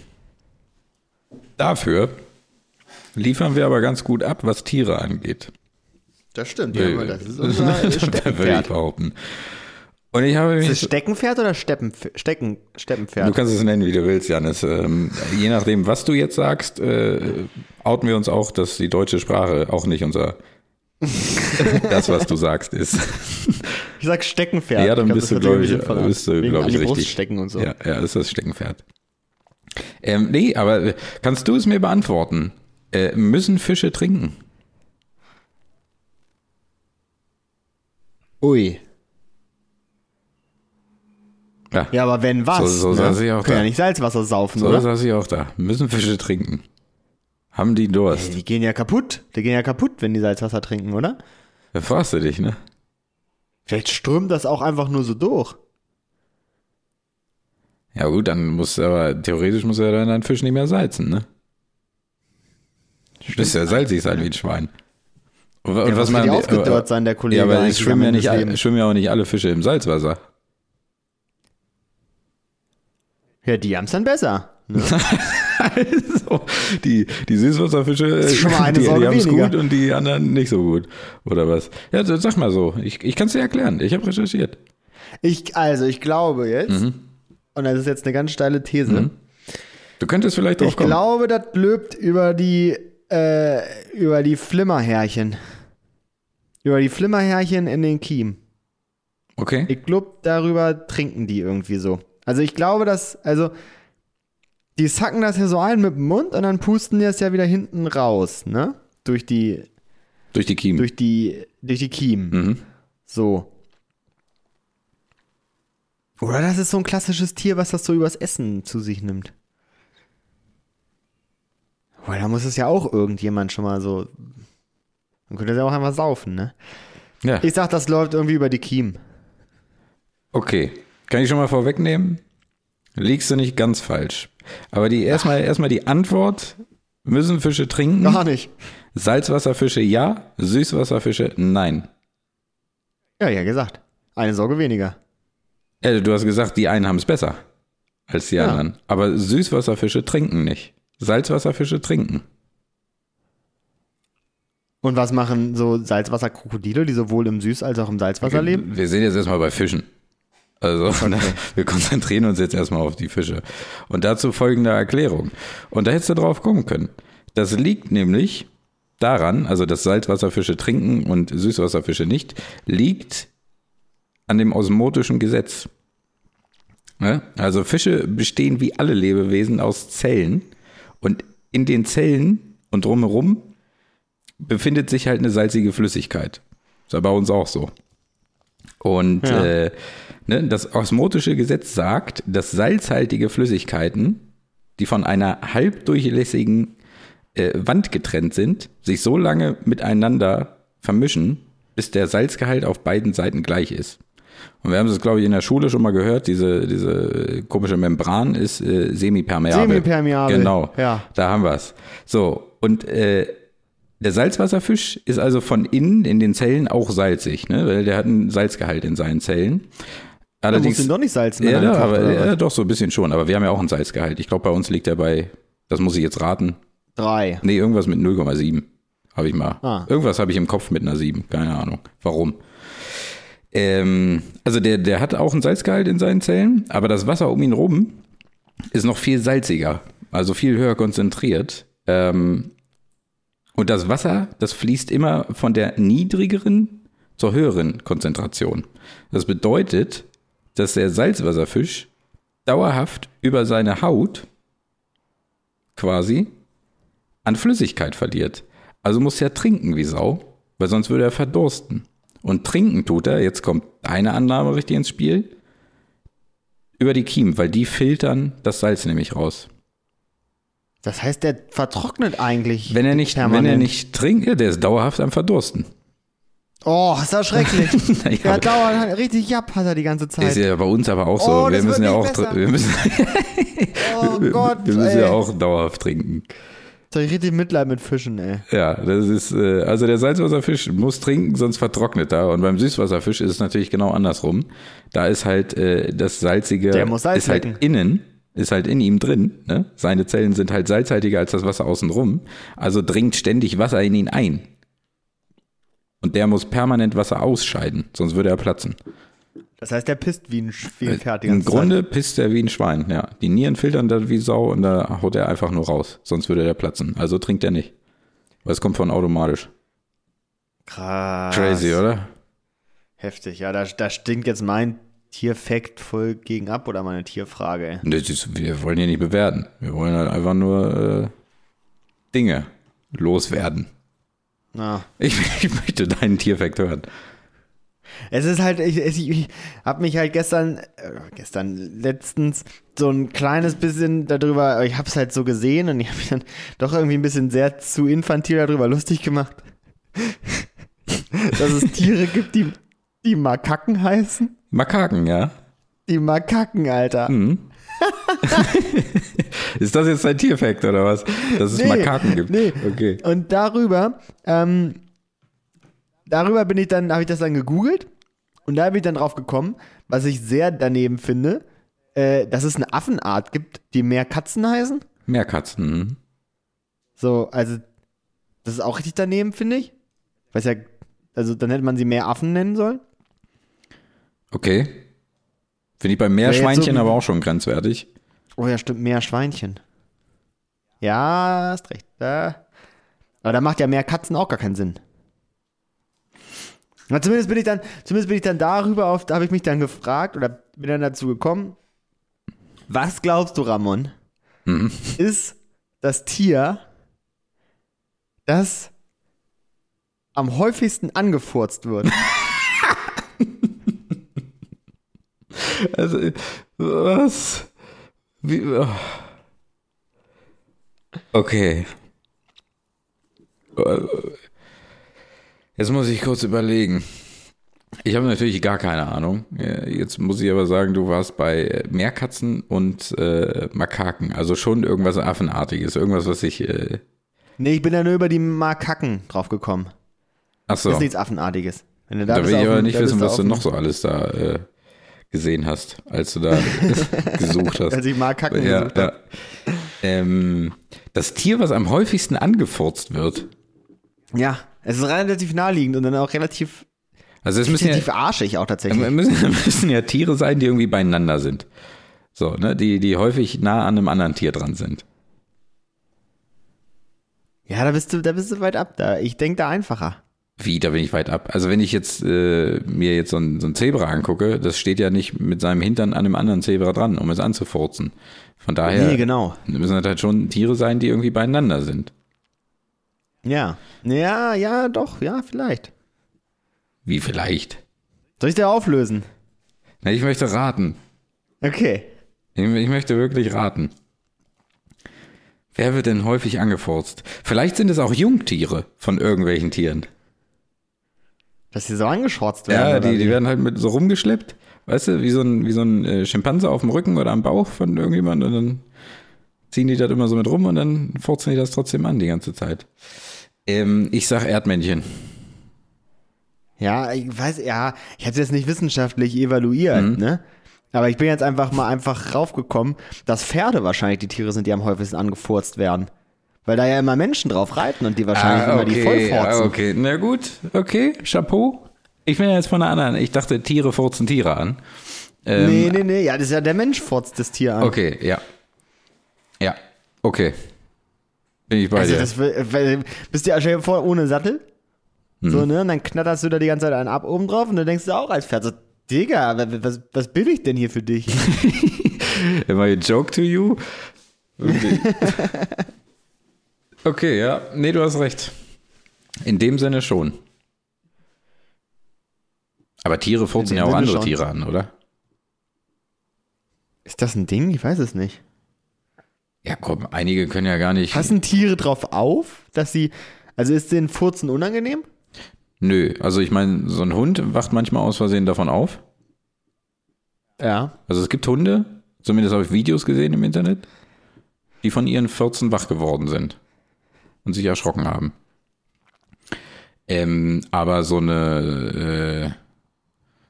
Speaker 1: Dafür liefern wir aber ganz gut ab, was Tiere angeht.
Speaker 2: Das
Speaker 1: (laughs)
Speaker 2: stimmt,
Speaker 1: würde ich behaupten. Und ich habe mich
Speaker 2: Ist es Steckenpferd oder Steppenpferd? Stecken, Steppenpferd?
Speaker 1: Du kannst es nennen, wie du willst, Janis. Ähm, je nachdem, was du jetzt sagst, äh, outen wir uns auch, dass die deutsche Sprache auch nicht
Speaker 2: (laughs)
Speaker 1: unser das, was du sagst, ist.
Speaker 2: ich sag Steckenpferd.
Speaker 1: Ja, dann
Speaker 2: Ich glaub,
Speaker 1: bist
Speaker 2: das
Speaker 1: du,
Speaker 2: wird
Speaker 1: glaube
Speaker 2: irgendwie
Speaker 1: ich,
Speaker 2: sinnvoller.
Speaker 1: bist du,
Speaker 2: Wegen
Speaker 1: glaub
Speaker 2: an
Speaker 1: ich
Speaker 2: die Brust
Speaker 1: richtig.
Speaker 2: stecken und so.
Speaker 1: Ja, ja, ist das Steckenpferd. Ähm, nee, aber äh, kannst du es mir beantworten? Äh, müssen Fische trinken?
Speaker 2: Ui.
Speaker 1: Ja,
Speaker 2: Ja, aber wenn was?
Speaker 1: So- so
Speaker 2: ne?
Speaker 1: saß ich auch
Speaker 2: Können
Speaker 1: da.
Speaker 2: ja nicht Salzwasser saufen,
Speaker 1: so
Speaker 2: oder?
Speaker 1: saß ich auch da. Müssen Fische trinken? Haben die Durst?
Speaker 2: Die gehen ja kaputt. Die gehen ja kaputt, wenn die Salzwasser trinken, oder?
Speaker 1: Da fragst du dich, ne?
Speaker 2: Vielleicht strömt das auch einfach nur so durch.
Speaker 1: Ja gut, dann muss aber theoretisch muss ja dann ein Fisch nicht mehr salzen, ne? Müsste ja salzig sein wie ein Schwein. Und, und
Speaker 2: Ja,
Speaker 1: was
Speaker 2: muss
Speaker 1: man
Speaker 2: ja aufgedörrt sein, der Kollege.
Speaker 1: ja, aber
Speaker 2: eigentlich
Speaker 1: es schwimmen ja
Speaker 2: am
Speaker 1: nicht
Speaker 2: Ende des
Speaker 1: alle,
Speaker 2: Lebens.
Speaker 1: schwimmen ja auch nicht alle Fische im Salzwasser. (laughs)
Speaker 2: Ja, die haben's dann besser. ne?
Speaker 1: (laughs) Also, die, die Süßwasserfische,
Speaker 2: ist schon mal eine
Speaker 1: die, die
Speaker 2: Sorte
Speaker 1: haben es
Speaker 2: weniger.
Speaker 1: gut und die anderen nicht so gut. Oder was? Ja, so- sag mal so. Ich, ich kann es dir erklären. Ich habe recherchiert.
Speaker 2: Ich, also, ich glaube jetzt,
Speaker 1: Mhm.
Speaker 2: und das ist jetzt eine ganz steile These,
Speaker 1: Du könntest vielleicht drauf
Speaker 2: ich
Speaker 1: kommen.
Speaker 2: glaube, das löbt über die, äh, über die Flimmerhärchen. Über die Flimmerhärchen in den Kiem.
Speaker 1: okay.
Speaker 2: Ich glaube, darüber trinken die irgendwie so. Also ich glaube, dass, also die sacken das ja so ein mit dem Mund und dann pusten die das ja wieder hinten raus, ne? Durch die,
Speaker 1: Durch die Kiemen.
Speaker 2: durch die, durch die Kiemen.
Speaker 1: Mhm.
Speaker 2: So. Oder das ist so ein klassisches Tier, was das so übers Essen zu sich nimmt. Boah, da muss es ja auch irgendjemand schon mal so. Dann könnte es ja auch einfach saufen, ne?
Speaker 1: Ja.
Speaker 2: Ich sag, das läuft irgendwie über die Kiemen.
Speaker 1: Okay, kann ich schon mal vorwegnehmen? Liegst du nicht ganz falsch. Aber die erstmal erstmal die Antwort: Müssen Fische trinken?
Speaker 2: Gar nicht.
Speaker 1: Salzwasserfische ja, Süßwasserfische nein.
Speaker 2: Ja, ja, gesagt. Eine Sorge weniger.
Speaker 1: Äh, du hast gesagt, die einen haben es besser als die
Speaker 2: Ja.
Speaker 1: anderen. Aber Süßwasserfische trinken nicht. Salzwasserfische trinken.
Speaker 2: Und was machen so Salzwasserkrokodile, die sowohl im Süß- als auch im Salzwasser leben?
Speaker 1: Wir sind jetzt erstmal bei Fischen. Also, (laughs) wir konzentrieren uns jetzt erstmal auf die Fische. Und dazu folgende Erklärung. Und da hättest du drauf kommen können. Das liegt nämlich daran, also dass Salzwasserfische trinken und Süßwasserfische nicht, liegt an dem osmotischen Gesetz. Ne? Also Fische bestehen wie alle Lebewesen aus Zellen. Und in den Zellen und drumherum befindet sich halt eine salzige Flüssigkeit. Ist ja bei uns auch so. Und
Speaker 2: Ja.
Speaker 1: äh, ne, das osmotische Gesetz sagt, dass salzhaltige Flüssigkeiten die von einer halbdurchlässigen äh, Wand getrennt sind, sich so lange miteinander vermischen, bis der Salzgehalt auf beiden Seiten gleich ist. Und wir haben es, glaube ich, in der Schule schon mal gehört, diese, diese komische Membran ist äh, semipermeabel.
Speaker 2: Semipermeabel,
Speaker 1: Genau,
Speaker 2: ja.
Speaker 1: da haben wir es. So, und äh, der Salzwasserfisch ist also von innen in den Zellen auch salzig, ne? weil der hat einen Salzgehalt in seinen Zellen.
Speaker 2: Du musst
Speaker 1: Allerdings,
Speaker 2: ihn doch nicht salzen. wenn
Speaker 1: ja,
Speaker 2: er
Speaker 1: ja,
Speaker 2: kocht,
Speaker 1: aber,
Speaker 2: oder was?
Speaker 1: ja, doch, so ein bisschen schon. Aber wir haben ja auch einen Salzgehalt. Ich glaube, bei uns liegt er bei, das muss ich jetzt raten,
Speaker 2: Drei.
Speaker 1: nee, irgendwas mit 0,7 habe ich mal.
Speaker 2: Ah.
Speaker 1: Irgendwas habe ich im Kopf mit einer 7, keine Ahnung. Warum? Ähm, also der, der hat auch einen Salzgehalt in seinen Zellen, aber das Wasser um ihn rum ist noch viel salziger, also viel höher konzentriert. Ähm, und das Wasser, das fließt immer von der niedrigeren zur höheren Konzentration. Das bedeutet, dass der Salzwasserfisch dauerhaft über seine Haut quasi an Flüssigkeit verliert. Also muss er trinken wie Sau, weil sonst würde er verdursten. Und trinken tut er, jetzt kommt eine Annahme richtig ins Spiel, über die Kiemen, weil die filtern das Salz nämlich raus.
Speaker 2: Das heißt, der vertrocknet eigentlich.
Speaker 1: Wenn er nicht, wenn
Speaker 2: permanent.
Speaker 1: er nicht trinkt, ja, der ist dauerhaft am Verdursten. (laughs)
Speaker 2: Oh, ist das schrecklich.
Speaker 1: Naja,
Speaker 2: der hat dauernd richtig Jap hat er die ganze
Speaker 1: ist
Speaker 2: Zeit.
Speaker 1: ja bei uns aber auch so.
Speaker 2: Oh,
Speaker 1: wir
Speaker 2: das
Speaker 1: müssen
Speaker 2: wird
Speaker 1: ja auch,
Speaker 2: nicht besser.
Speaker 1: wir müssen, (laughs)
Speaker 2: Oh Gott,
Speaker 1: wir müssen
Speaker 2: ey.
Speaker 1: ja auch dauerhaft trinken.
Speaker 2: Da hab ich richtig Mitleid mit Fischen, ey.
Speaker 1: Ja, das ist, äh, also der Salzwasserfisch muss trinken, sonst vertrocknet er. Und beim Süßwasserfisch ist es natürlich genau andersrum. Da ist halt äh, das Salzige,
Speaker 2: Der muss Salz
Speaker 1: ist halt
Speaker 2: lecken.
Speaker 1: innen, ist halt in ihm drin. Ne? Seine Zellen sind halt salzhaltiger als das Wasser außenrum. Also dringt ständig Wasser in ihn ein. Und der muss permanent Wasser ausscheiden, sonst würde er platzen.
Speaker 2: Das heißt, der pisst wie ein, Sch- wie ein Pferd die
Speaker 1: Äh, Im
Speaker 2: ganze
Speaker 1: Grunde pisst er wie ein Schwein, ja. Die Nieren filtern da wie Sau und da haut er einfach nur raus, sonst würde er platzen. Also trinkt er nicht. Weil es kommt von automatisch.
Speaker 2: Zeit. Krass.
Speaker 1: Crazy, oder?
Speaker 2: Heftig, ja. Da, da stinkt jetzt mein Tierfact voll gegen ab oder meine Tierfrage, ey.
Speaker 1: Das ist, wir wollen hier nicht bewerten. Wir wollen halt einfach nur äh, Dinge loswerden. (laughs)
Speaker 2: Na.
Speaker 1: Ich, ich möchte deinen Tierfakt hören.
Speaker 2: Es ist halt, ich, ich, ich habe mich halt gestern, äh, gestern letztens so ein kleines bisschen darüber, ich habe es halt so gesehen und ich habe mich dann doch irgendwie ein bisschen sehr zu infantil darüber lustig gemacht, (laughs) dass es Tiere gibt, die, die Makaken heißen.
Speaker 1: Makaken, ja?
Speaker 2: Die Makaken, Alter.
Speaker 1: Ist das jetzt dein Tierfakt oder was? Dass es
Speaker 2: Nee,
Speaker 1: Makaken gibt?
Speaker 2: nee.
Speaker 1: Okay.
Speaker 2: Und darüber, ähm, darüber bin ich dann, habe ich das dann gegoogelt und da bin ich dann drauf gekommen, was ich sehr daneben finde, äh, dass es eine Affenart gibt, die mehr Katzen heißen.
Speaker 1: Meerkatzen. mhm.
Speaker 2: So, also, das ist auch richtig daneben, finde ich. Weiß ja, also dann hätte man sie mehr Affen nennen sollen.
Speaker 1: Okay. Finde ich bei
Speaker 2: jetzt so
Speaker 1: Meerschweinchen
Speaker 2: wie-
Speaker 1: aber auch schon grenzwertig.
Speaker 2: Oh ja, stimmt, mehr Schweinchen. Ja, hast recht. Da. Aber da macht ja mehr Katzen auch gar keinen Sinn. Na, zumindest bin ich dann, zumindest bin ich dann darüber auf, da habe ich mich dann gefragt oder bin dann dazu gekommen. Was glaubst du, Ramon? Ist das Tier, das am häufigsten angefurzt wird?
Speaker 1: Also, was? Wie, oh. Okay. Äh, Jetzt muss ich kurz überlegen. Ich habe natürlich gar keine Ahnung. Äh, Jetzt muss ich aber sagen, du warst bei äh, Meerkatzen und äh, Makaken. Also schon irgendwas Affenartiges. Irgendwas, was ich. Äh,
Speaker 2: nee, ich bin dann nur über die Makaken draufgekommen.
Speaker 1: ach so.
Speaker 2: Ist nichts Affenartiges. Wenn du
Speaker 1: Da
Speaker 2: bist
Speaker 1: will ich
Speaker 2: auf
Speaker 1: aber
Speaker 2: dem-
Speaker 1: nicht
Speaker 2: da bist
Speaker 1: wissen, was
Speaker 2: auf
Speaker 1: du
Speaker 2: dem-
Speaker 1: noch so alles da äh, gesehen hast, als du (laughs) da gesucht hast.
Speaker 2: (laughs) Als ich Makaken
Speaker 1: ja,
Speaker 2: gesucht
Speaker 1: ja. Ähm, das Tier, was am häufigsten angefurzt wird.
Speaker 2: Ja, es ist relativ naheliegend und dann auch relativ
Speaker 1: Also es müssen ja,
Speaker 2: relativ arschig auch tatsächlich.
Speaker 1: müssen, (laughs) müssen ja Tiere sein, die irgendwie beieinander sind. So, ne, die, die häufig nah an einem anderen Tier dran sind. äh
Speaker 2: Ja, da bist du, da bist du weit ab. Da. Ich denke da einfacher.
Speaker 1: Wie, da bin ich weit ab. Also wenn ich jetzt äh, mir jetzt so ein, so ein Zebra angucke, das steht ja nicht mit seinem Hintern an einem anderen Zebra dran, um es anzufurzen. Von daher
Speaker 2: Nee, genau.
Speaker 1: müssen das halt schon Tiere sein, die irgendwie beieinander sind.
Speaker 2: Ja. Ja, ja, doch, ja, vielleicht.
Speaker 1: Wie vielleicht?
Speaker 2: Soll ich dir auflösen?
Speaker 1: Na, ich möchte raten.
Speaker 2: Okay.
Speaker 1: Ich, ich möchte wirklich raten. Wer wird denn häufig angeforzt? Vielleicht sind es auch Jungtiere von irgendwelchen Tieren.
Speaker 2: Dass sie so angeschorzt werden.
Speaker 1: Ja,
Speaker 2: oder
Speaker 1: die,
Speaker 2: wie?
Speaker 1: die werden halt mit so rumgeschleppt, weißt du, wie so ein, wie so ein äh, Schimpanse auf dem Rücken oder am Bauch von irgendjemand und dann ziehen die das immer so mit rum und dann furzen die das trotzdem an die ganze Zeit. Ähm, ich sag Erdmännchen.
Speaker 2: Ja, ich weiß, ja, ich hab's jetzt nicht wissenschaftlich evaluiert,
Speaker 1: Mhm.
Speaker 2: ne? Aber ich bin jetzt einfach mal einfach raufgekommen, dass Pferde wahrscheinlich die Tiere sind, die am häufigsten angefurzt werden. Weil da ja immer Menschen drauf reiten und die wahrscheinlich immer die vollfurzen.
Speaker 1: ah, okay. Na gut, okay, Chapeau. Ich bin ja jetzt von einer anderen. Ich dachte, Tiere furzen Tiere an. Ähm,
Speaker 2: Nee, nee, nee, ja, das ist ja der Mensch furzt das Tier an.
Speaker 1: Okay, ja. Ja, okay. Bin ich bei
Speaker 2: Also
Speaker 1: dir.
Speaker 2: das, will- weil- bist du ja schon vor ohne Sattel?
Speaker 1: Mhm.
Speaker 2: So, ne? Und dann knatterst du da die ganze Zeit einen ab oben drauf und dann denkst du auch als Pferd so, Digga, wa- wa- was, was bin ich denn hier
Speaker 1: (laughs)
Speaker 2: für dich?
Speaker 1: Am I a joke to you?
Speaker 2: (laughs)
Speaker 1: okay, ja. Nee, du hast recht. In dem Sinne schon. Aber Tiere furzen
Speaker 2: dem
Speaker 1: ja auch
Speaker 2: Sinne
Speaker 1: andere
Speaker 2: schon.
Speaker 1: Tiere an, oder?
Speaker 2: ist das ein Ding? Ich weiß es nicht.
Speaker 1: Ja, komm, einige können ja gar nicht.
Speaker 2: Passen Tiere drauf auf, dass sie, also ist denen Furzen unangenehm?
Speaker 1: Nö, also ich meine, so ein Hund wacht manchmal aus Versehen davon auf.
Speaker 2: Ja.
Speaker 1: Also es gibt Hunde, zumindest habe ich Videos gesehen im Internet, die von ihren 14 wach geworden sind und sich erschrocken haben. Ähm, aber so eine, äh,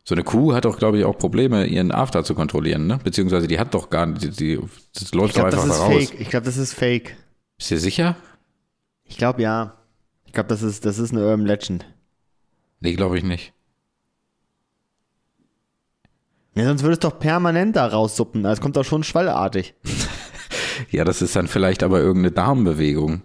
Speaker 1: so eine Kuh hat doch, glaube ich, auch Probleme, ihren After zu kontrollieren, ne? Beziehungsweise die hat doch gar nicht, die, die, das läuft
Speaker 2: Ich glaube,
Speaker 1: doch
Speaker 2: das
Speaker 1: einfach
Speaker 2: ist
Speaker 1: da raus.
Speaker 2: fake. Ich glaube, das ist fake.
Speaker 1: Bist du sicher?
Speaker 2: Ich glaube, ja. Ich glaube, das ist, das ist eine Urban Legend.
Speaker 1: Nee, glaube ich nicht.
Speaker 2: Ja, sonst würde es doch permanent da raussuppen. Es kommt doch schon schwallartig.
Speaker 1: Ja, das ist dann vielleicht aber irgendeine Darmbewegung.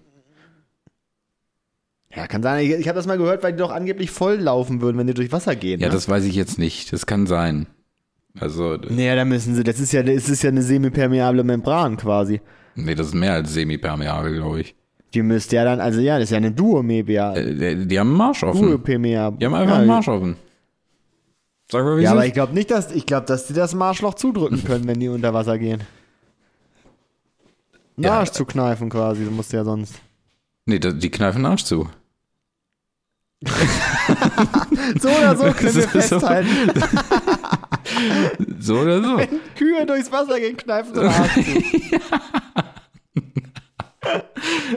Speaker 2: Ja, kann sein. Ich, ich habe das mal gehört, weil die doch angeblich voll laufen würden, wenn die durch Wasser gehen.
Speaker 1: Ja,
Speaker 2: ne?
Speaker 1: das weiß ich jetzt nicht. Das kann sein. Also,
Speaker 2: Naja, da müssen sie. Das ist ja, das ist ja eine semipermeable Membran quasi.
Speaker 1: nee, das ist mehr als semipermeabel, glaube ich.
Speaker 2: Die müsste ja dann, also ja, das ist ja eine Duomebia.
Speaker 1: Äh, Die, die haben einen Marsch offen.
Speaker 2: Duopemia.
Speaker 1: Die haben Hm. einfach
Speaker 2: ja,
Speaker 1: einen Marsch offen. Sag mal, wie
Speaker 2: Ja,
Speaker 1: ja,
Speaker 2: aber ich glaube nicht, dass ich glaube, dass die das Marschloch zudrücken können, wenn die unter Wasser gehen. Einen
Speaker 1: Ja.
Speaker 2: Arsch zu kneifen quasi, du musst ja sonst.
Speaker 1: Nee, da- die kneifen den Arsch zu.
Speaker 2: So oder (laughs) so können
Speaker 1: Das
Speaker 2: wir
Speaker 1: ist so-
Speaker 2: festhalten.
Speaker 1: So oder
Speaker 2: (laughs)
Speaker 1: so.
Speaker 2: Kühe durchs Wasser gehen, kneifen so hart.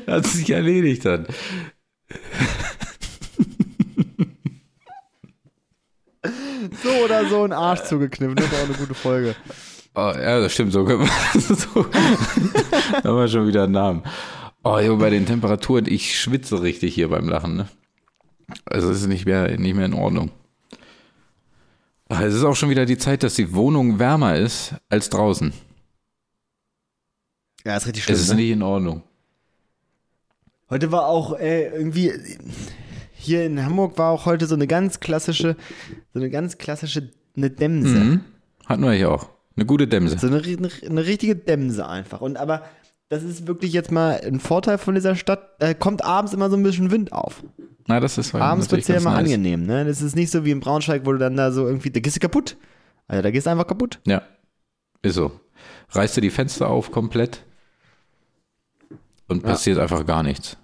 Speaker 1: Hat sich erledigt dann.
Speaker 2: So oder so einen Arsch zugekniffen. Das ist auch eine gute Folge.
Speaker 1: Oh, ja, das stimmt. So, können wir- (laughs) so. da haben wir schon wieder einen Namen. Oh, jo, bei den Temperaturen, ich schwitze richtig hier beim Lachen. Ne? Also es ist nicht mehr, nicht mehr in Ordnung. Ach, es ist auch schon wieder die Zeit, dass die Wohnung wärmer ist als draußen.
Speaker 2: Ja, ist richtig ne?
Speaker 1: es ist nicht in Ordnung.
Speaker 2: Heute war auch äh, irgendwie hier in Hamburg war auch heute so eine ganz klassische, so eine ganz klassische eine Dämse.
Speaker 1: Mhm. Hatten wir hier auch. Eine gute Dämse.
Speaker 2: So eine, ri- eine, eine richtige Dämse einfach. Und aber das ist wirklich jetzt mal ein Vorteil von dieser Stadt. Da kommt abends immer so ein bisschen Wind auf.
Speaker 1: Na, das ist
Speaker 2: Abends wird
Speaker 1: natürlich
Speaker 2: es ja
Speaker 1: ganz
Speaker 2: immer
Speaker 1: nice.
Speaker 2: angenehm, ne? Das ist nicht so wie in Braunschweig, wo du dann da so irgendwie, da gehst du kaputt. Also da gehst du einfach kaputt.
Speaker 1: Ja, ist so. Reißt du die Fenster auf komplett und passiert einfach gar nichts.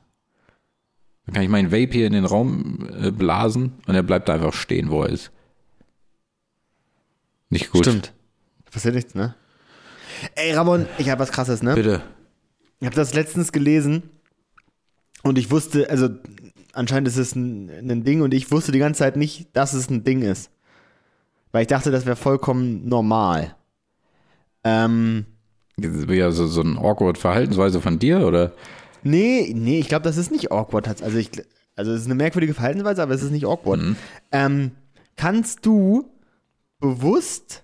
Speaker 1: Dann kann ich meinen Vape hier in den Raum äh, blasen und er bleibt da einfach stehen, wo er ist. Nicht gut.
Speaker 2: Stimmt. Da Passiert nichts, ne? Ey, Ramon, ich habe was krasses, ne?
Speaker 1: Bitte.
Speaker 2: Ich habe das letztens gelesen und ich wusste, also anscheinend ist es ein, ein Ding und ich wusste die ganze Zeit nicht, dass es ein Ding ist. Weil ich dachte, das wäre vollkommen normal. Ähm,
Speaker 1: Das ist wieder so, so ein awkward Verhaltensweise von dir, oder?
Speaker 2: nee, nee, ich glaube, das ist nicht awkward. Also, ich, gl- also es ist eine merkwürdige Verhaltensweise, aber es ist nicht awkward. Ähm, kannst du bewusst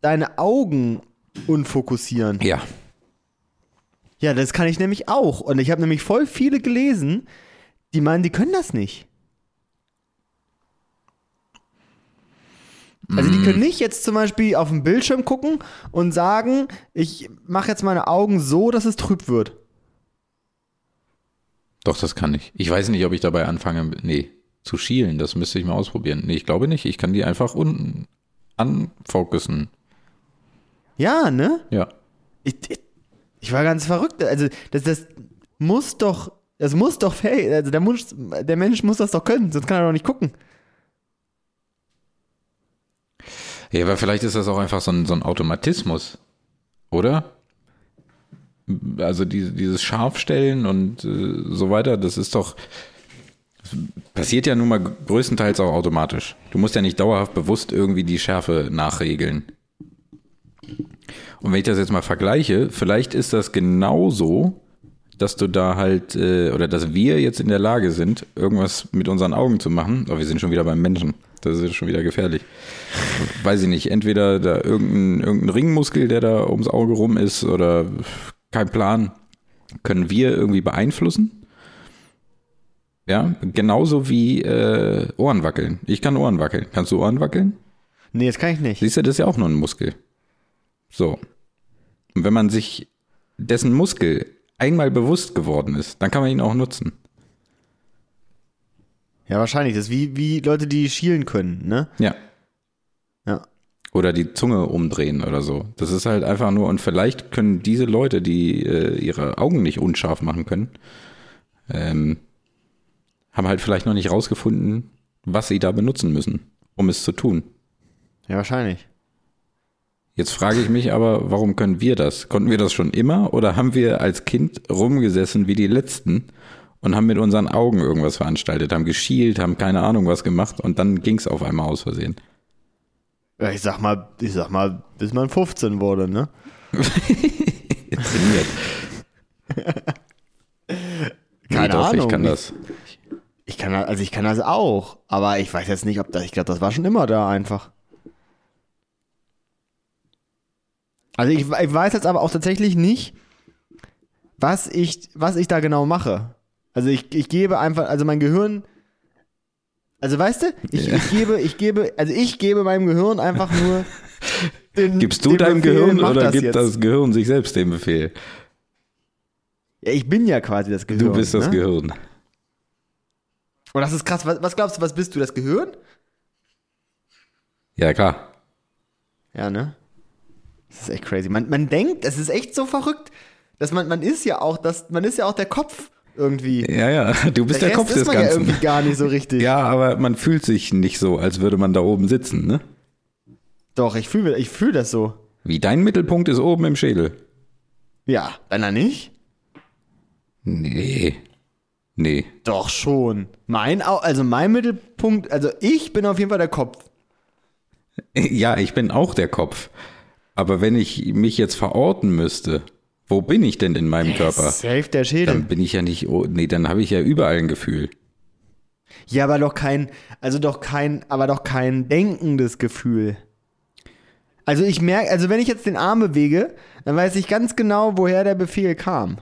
Speaker 2: deine Augen unfokussieren?
Speaker 1: Ja.
Speaker 2: Ja, das kann ich nämlich auch. Und ich habe nämlich voll viele gelesen, die meinen, die können das nicht. Also die können nicht jetzt zum Beispiel auf den Bildschirm gucken und sagen, ich mache jetzt meine Augen so, dass es trüb wird.
Speaker 1: Doch, das kann ich. Ich weiß nicht, ob ich dabei anfange, nee, zu schielen. Das müsste ich mal ausprobieren. Nee, ich glaube nicht. Ich kann die einfach unten anfokussen.
Speaker 2: Ja, ne?
Speaker 1: Ja.
Speaker 2: Ich, ich, ich war ganz verrückt. Also das, das, muss doch, es muss doch, hey, also der, muss, der Mensch muss das doch können, sonst kann er doch nicht gucken.
Speaker 1: Ja, aber vielleicht ist das auch einfach so ein, so ein Automatismus, oder? Also die, dieses Scharfstellen und äh, so weiter, das ist doch, das passiert ja nun mal größtenteils auch automatisch. Du musst ja nicht dauerhaft bewusst irgendwie die Schärfe nachregeln. Und wenn ich das jetzt mal vergleiche, vielleicht ist das genauso, dass du da halt, äh, oder dass wir jetzt in der Lage sind, irgendwas mit unseren Augen zu machen. Aber wir sind schon wieder beim Menschen. Das ist schon wieder gefährlich. Weiß ich nicht, entweder da irgendein, irgendein Ringmuskel, der da ums Auge rum ist, oder kein Plan, können wir irgendwie beeinflussen. Ja, genauso wie äh, Ohren wackeln. Ich kann Ohren wackeln. Kannst du Ohren wackeln?
Speaker 2: Nee, das kann ich nicht.
Speaker 1: Siehst du, das ist ja auch nur ein Muskel. So. Und wenn man sich dessen Muskel einmal bewusst geworden ist, dann kann man ihn auch nutzen.
Speaker 2: Ja, wahrscheinlich. Das ist wie, wie Leute, die schielen können, ne?
Speaker 1: Ja.
Speaker 2: Ja.
Speaker 1: Oder die Zunge umdrehen oder so. Das ist halt einfach nur, und vielleicht können diese Leute, die äh, ihre Augen nicht unscharf machen können, ähm, haben halt vielleicht noch nicht rausgefunden, was sie da benutzen müssen, um es zu tun.
Speaker 2: Ja, wahrscheinlich.
Speaker 1: Jetzt frage ich mich aber, warum können wir das? Konnten wir das schon immer oder haben wir als Kind rumgesessen wie die Letzten und haben mit unseren Augen irgendwas veranstaltet, haben geschielt, haben keine Ahnung was gemacht und dann ging es auf einmal aus Versehen?
Speaker 2: Ja, ich sag mal, ich sag mal, bis man 15
Speaker 1: (laughs)
Speaker 2: wurde, ne?
Speaker 1: Trainiert.
Speaker 2: Keine
Speaker 1: doch,
Speaker 2: Ahnung.
Speaker 1: Ich kann das.
Speaker 2: Ich kann, also ich kann das auch, aber ich weiß jetzt nicht, ob das, ich glaube, das war schon immer da einfach. Also ich, ich weiß jetzt aber auch tatsächlich nicht, was ich, was ich da genau mache. Also ich, ich gebe einfach, also mein Gehirn, also weißt du, ich,
Speaker 1: Ja.
Speaker 2: ich gebe, ich gebe, also ich gebe meinem Gehirn einfach
Speaker 1: (laughs)
Speaker 2: nur den,
Speaker 1: Gibst du
Speaker 2: den
Speaker 1: deinem
Speaker 2: Befehl,
Speaker 1: Gehirn
Speaker 2: mach
Speaker 1: oder
Speaker 2: das
Speaker 1: gibt
Speaker 2: jetzt.
Speaker 1: das Gehirn sich selbst den Befehl?
Speaker 2: Ja, ich bin ja quasi das Gehirn.
Speaker 1: Du bist das
Speaker 2: ne?
Speaker 1: Gehirn.
Speaker 2: Und das ist krass. Was, was glaubst du, was bist du, das Gehirn?
Speaker 1: Ja, klar.
Speaker 2: Ja, ne? Das ist echt crazy. Man, man denkt, es ist echt so verrückt, dass man, man ist ja auch, das, man ist ja auch der Kopf irgendwie.
Speaker 1: Ja, ja. Du bist der,
Speaker 2: Rest
Speaker 1: Kopf
Speaker 2: ist
Speaker 1: des
Speaker 2: man ja
Speaker 1: Ganzen.
Speaker 2: irgendwie gar nicht so
Speaker 1: (laughs)
Speaker 2: richtig.
Speaker 1: ja, aber man fühlt sich nicht so, als würde man da oben sitzen, ne?
Speaker 2: Doch, ich fühle ich fühl das so.
Speaker 1: Wie dein Mittelpunkt ist oben im Schädel.
Speaker 2: Ja, deiner nicht?
Speaker 1: Nee. Nee. (laughs)
Speaker 2: Doch schon. Mein, Au- also mein Mittelpunkt, also ich bin auf jeden Fall der Kopf.
Speaker 1: Ja, ich bin auch der Kopf. Aber wenn ich mich jetzt verorten müsste, wo bin ich denn in meinem Körper?
Speaker 2: Safe der Schädel.
Speaker 1: Dann bin ich ja nicht, oh, nee, dann habe ich ja überall ein Gefühl.
Speaker 2: Ja, aber doch kein, also doch kein, aber doch kein denkendes Gefühl. Also ich merke, also wenn ich jetzt den Arm bewege, dann weiß ich ganz genau, woher der Befehl kam.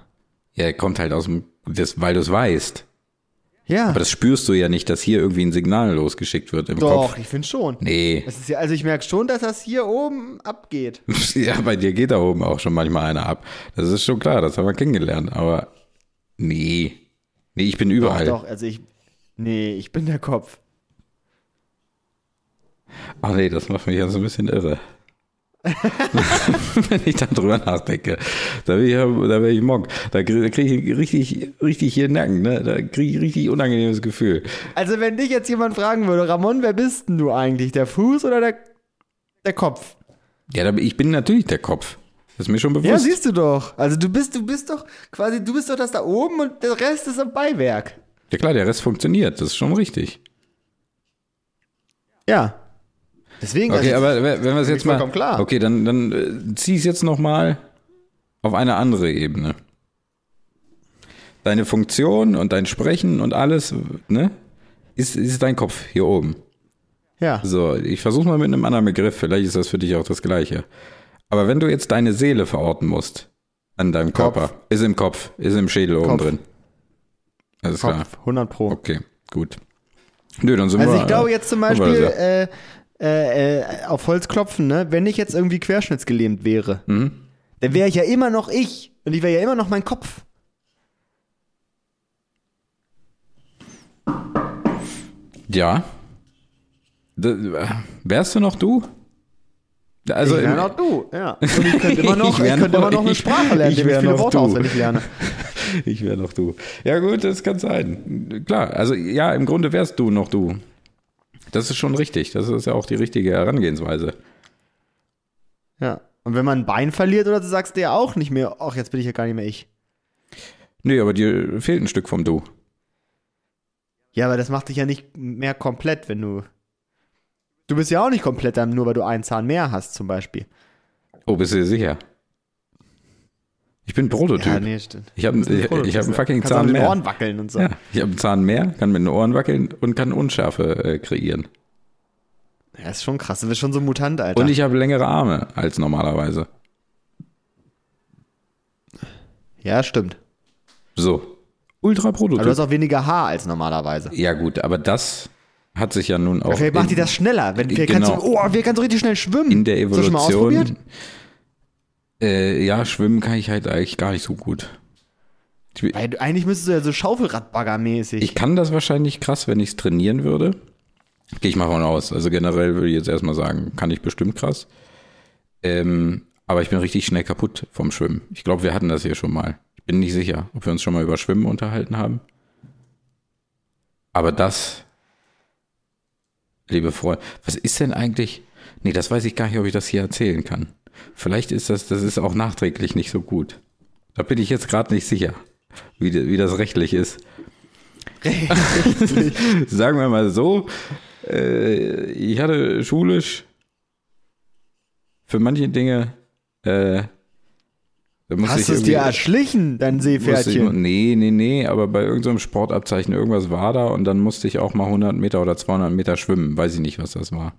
Speaker 1: Ja, kommt halt aus dem, das, weil du es weißt.
Speaker 2: Ja,
Speaker 1: Aber das spürst du ja nicht, dass hier irgendwie ein Signal losgeschickt wird im
Speaker 2: doch,
Speaker 1: Kopf.
Speaker 2: ich finde schon.
Speaker 1: Nee. (laughs)
Speaker 2: Es ist ja, also ich merke schon, dass das hier oben abgeht.
Speaker 1: Ja, bei dir geht da oben auch schon manchmal einer ab. Das ist schon klar, das haben wir kennengelernt. Aber nee. Nee, ich bin überall.
Speaker 2: Doch, also ich, nee, ich bin der Kopf.
Speaker 1: Ach nee, das macht mich ja so ein bisschen
Speaker 2: (laughs)
Speaker 1: irre. Wenn ich dann drüber nachdenke. Da bin ich, ja- da bin ich Monk. Da kriege ich richtig, richtig hier Nacken, ne? Da kriege ich richtig unangenehmes Gefühl.
Speaker 2: Also wenn dich jetzt jemand fragen würde, Ramon, wer bist denn du eigentlich? Der Fuß oder der, der Kopf?
Speaker 1: Ja, da, ich bin natürlich der Kopf. Das ist mir schon bewusst.
Speaker 2: Ja, siehst du doch. Also du bist, du bist doch quasi, du bist doch das da oben und der Rest ist am Beiwerk.
Speaker 1: ja klar, der Rest funktioniert. Das ist schon richtig.
Speaker 2: Ja. Deswegen,
Speaker 1: Okay,
Speaker 2: also,
Speaker 1: aber we- wenn wir es jetzt mal.
Speaker 2: vollkommen klar.
Speaker 1: Okay, dann, dann äh, zieh es jetzt nochmal auf eine andere Ebene. Deine Funktion und dein Sprechen und alles, ne? Ist, ist dein Kopf hier oben.
Speaker 2: ja.
Speaker 1: So, ich versuche mal mit einem anderen Begriff. Vielleicht ist das für dich auch das Gleiche. Aber wenn du jetzt deine Seele verorten musst an deinem
Speaker 2: Kopf.
Speaker 1: Körper, ist im Kopf, ist im Schädel oben
Speaker 2: Kopf.
Speaker 1: drin. Alles klar.
Speaker 2: Kopf, 100 Pro.
Speaker 1: Okay, gut. Nö, dann sind
Speaker 2: Also
Speaker 1: wir. äh,
Speaker 2: ich glaube jetzt zum
Speaker 1: haben wir
Speaker 2: Beispiel
Speaker 1: das ja.
Speaker 2: äh, äh, äh, auf Holz klopfen, ne? wenn ich jetzt irgendwie querschnittsgelähmt wäre,
Speaker 1: Mhm.
Speaker 2: dann wäre ich ja immer noch ich und ich wäre ja immer noch mein Kopf.
Speaker 1: Ja. D- Wärst du noch du? Also
Speaker 2: ich
Speaker 1: im-
Speaker 2: wäre noch du, ja. Und ich könnte immer noch,
Speaker 1: (laughs) Ich
Speaker 2: ich
Speaker 1: wär
Speaker 2: könnte
Speaker 1: noch
Speaker 2: immer noch eine
Speaker 1: ich.
Speaker 2: Sprache lernen,
Speaker 1: Ich
Speaker 2: indem ich
Speaker 1: wär
Speaker 2: viele
Speaker 1: noch
Speaker 2: Worte
Speaker 1: (laughs) du.
Speaker 2: auswendig lerne.
Speaker 1: Ich wäre noch du. Ja, gut, das kann sein. Klar, also ja, im Grunde wärst du noch du. Das ist schon richtig. Das ist ja auch die richtige Herangehensweise.
Speaker 2: Ja. Und wenn man ein Bein verliert oder so, sagst du ja auch nicht mehr, ach, jetzt bin ich ja gar nicht mehr ich.
Speaker 1: Nee, aber dir fehlt ein Stück vom Du.
Speaker 2: Ja, aber das macht dich ja nicht mehr komplett, wenn du. Du bist ja auch nicht komplett, nur weil du einen Zahn mehr hast, zum Beispiel.
Speaker 1: Oh, bist du dir sicher? Ich bin ein Prototyp.
Speaker 2: Ja, nee, stimmt.
Speaker 1: Ich habe
Speaker 2: Du bist ein
Speaker 1: ich, ich hab einen
Speaker 2: Prototyp.
Speaker 1: fucking
Speaker 2: Kannst auch
Speaker 1: Zahn
Speaker 2: mit den
Speaker 1: mehr.
Speaker 2: Ohren wackeln und so.
Speaker 1: Ja, ich habe einen Zahn mehr, kann mit den Ohren wackeln und kann Unschärfe äh, kreieren.
Speaker 2: Ja, ist schon krass. Du bist schon so ein Mutant, Alter.
Speaker 1: Und ich habe längere Arme als normalerweise.
Speaker 2: ja, stimmt.
Speaker 1: So. Ultra
Speaker 2: Aber du hast
Speaker 1: Prototyp.
Speaker 2: auch weniger Haar als normalerweise.
Speaker 1: Ja, gut, aber das hat sich ja nun auch.
Speaker 2: Vielleicht macht die
Speaker 1: in-
Speaker 2: das schneller. Wenn, vielleicht
Speaker 1: Genau.
Speaker 2: kannst du, oh, wir kannst so richtig schnell schwimmen.
Speaker 1: in der
Speaker 2: Hast du schon mal
Speaker 1: Evolution.
Speaker 2: ausprobiert?
Speaker 1: Äh, ja, schwimmen kann ich halt eigentlich gar nicht so gut. Ich, bin-
Speaker 2: Weil du- eigentlich müsstest du ja so Schaufelradbagger-mäßig.
Speaker 1: ich kann das wahrscheinlich krass, wenn ich es trainieren würde. Gehe ich mal von aus. Also generell würde ich jetzt erstmal sagen, kann ich bestimmt krass. Ähm, aber ich bin richtig schnell kaputt vom Schwimmen. Ich glaube, wir hatten das hier schon mal. Ich bin nicht sicher, ob wir uns schon mal über Schwimmen unterhalten haben. Aber das, liebe Freunde, was ist denn eigentlich? Nee, das weiß ich gar nicht, ob ich das hier erzählen kann. Vielleicht ist das, das ist auch nachträglich nicht so gut. Da bin ich jetzt gerade nicht sicher, wie, wie das rechtlich ist. (laughs) Sagen wir mal so, äh, ich hatte schulisch für manche Dinge. Äh, da musste
Speaker 2: Hast
Speaker 1: ich
Speaker 2: du es dir
Speaker 1: irgendwie-
Speaker 2: erschlichen, dein
Speaker 1: musste ich,
Speaker 2: Seepferdchen?
Speaker 1: nee, nee, nee, aber bei irgendeinem Sportabzeichen irgendwas war da und dann musste ich auch mal 100 Meter oder 200 Meter schwimmen. Weiß ich nicht, was das war.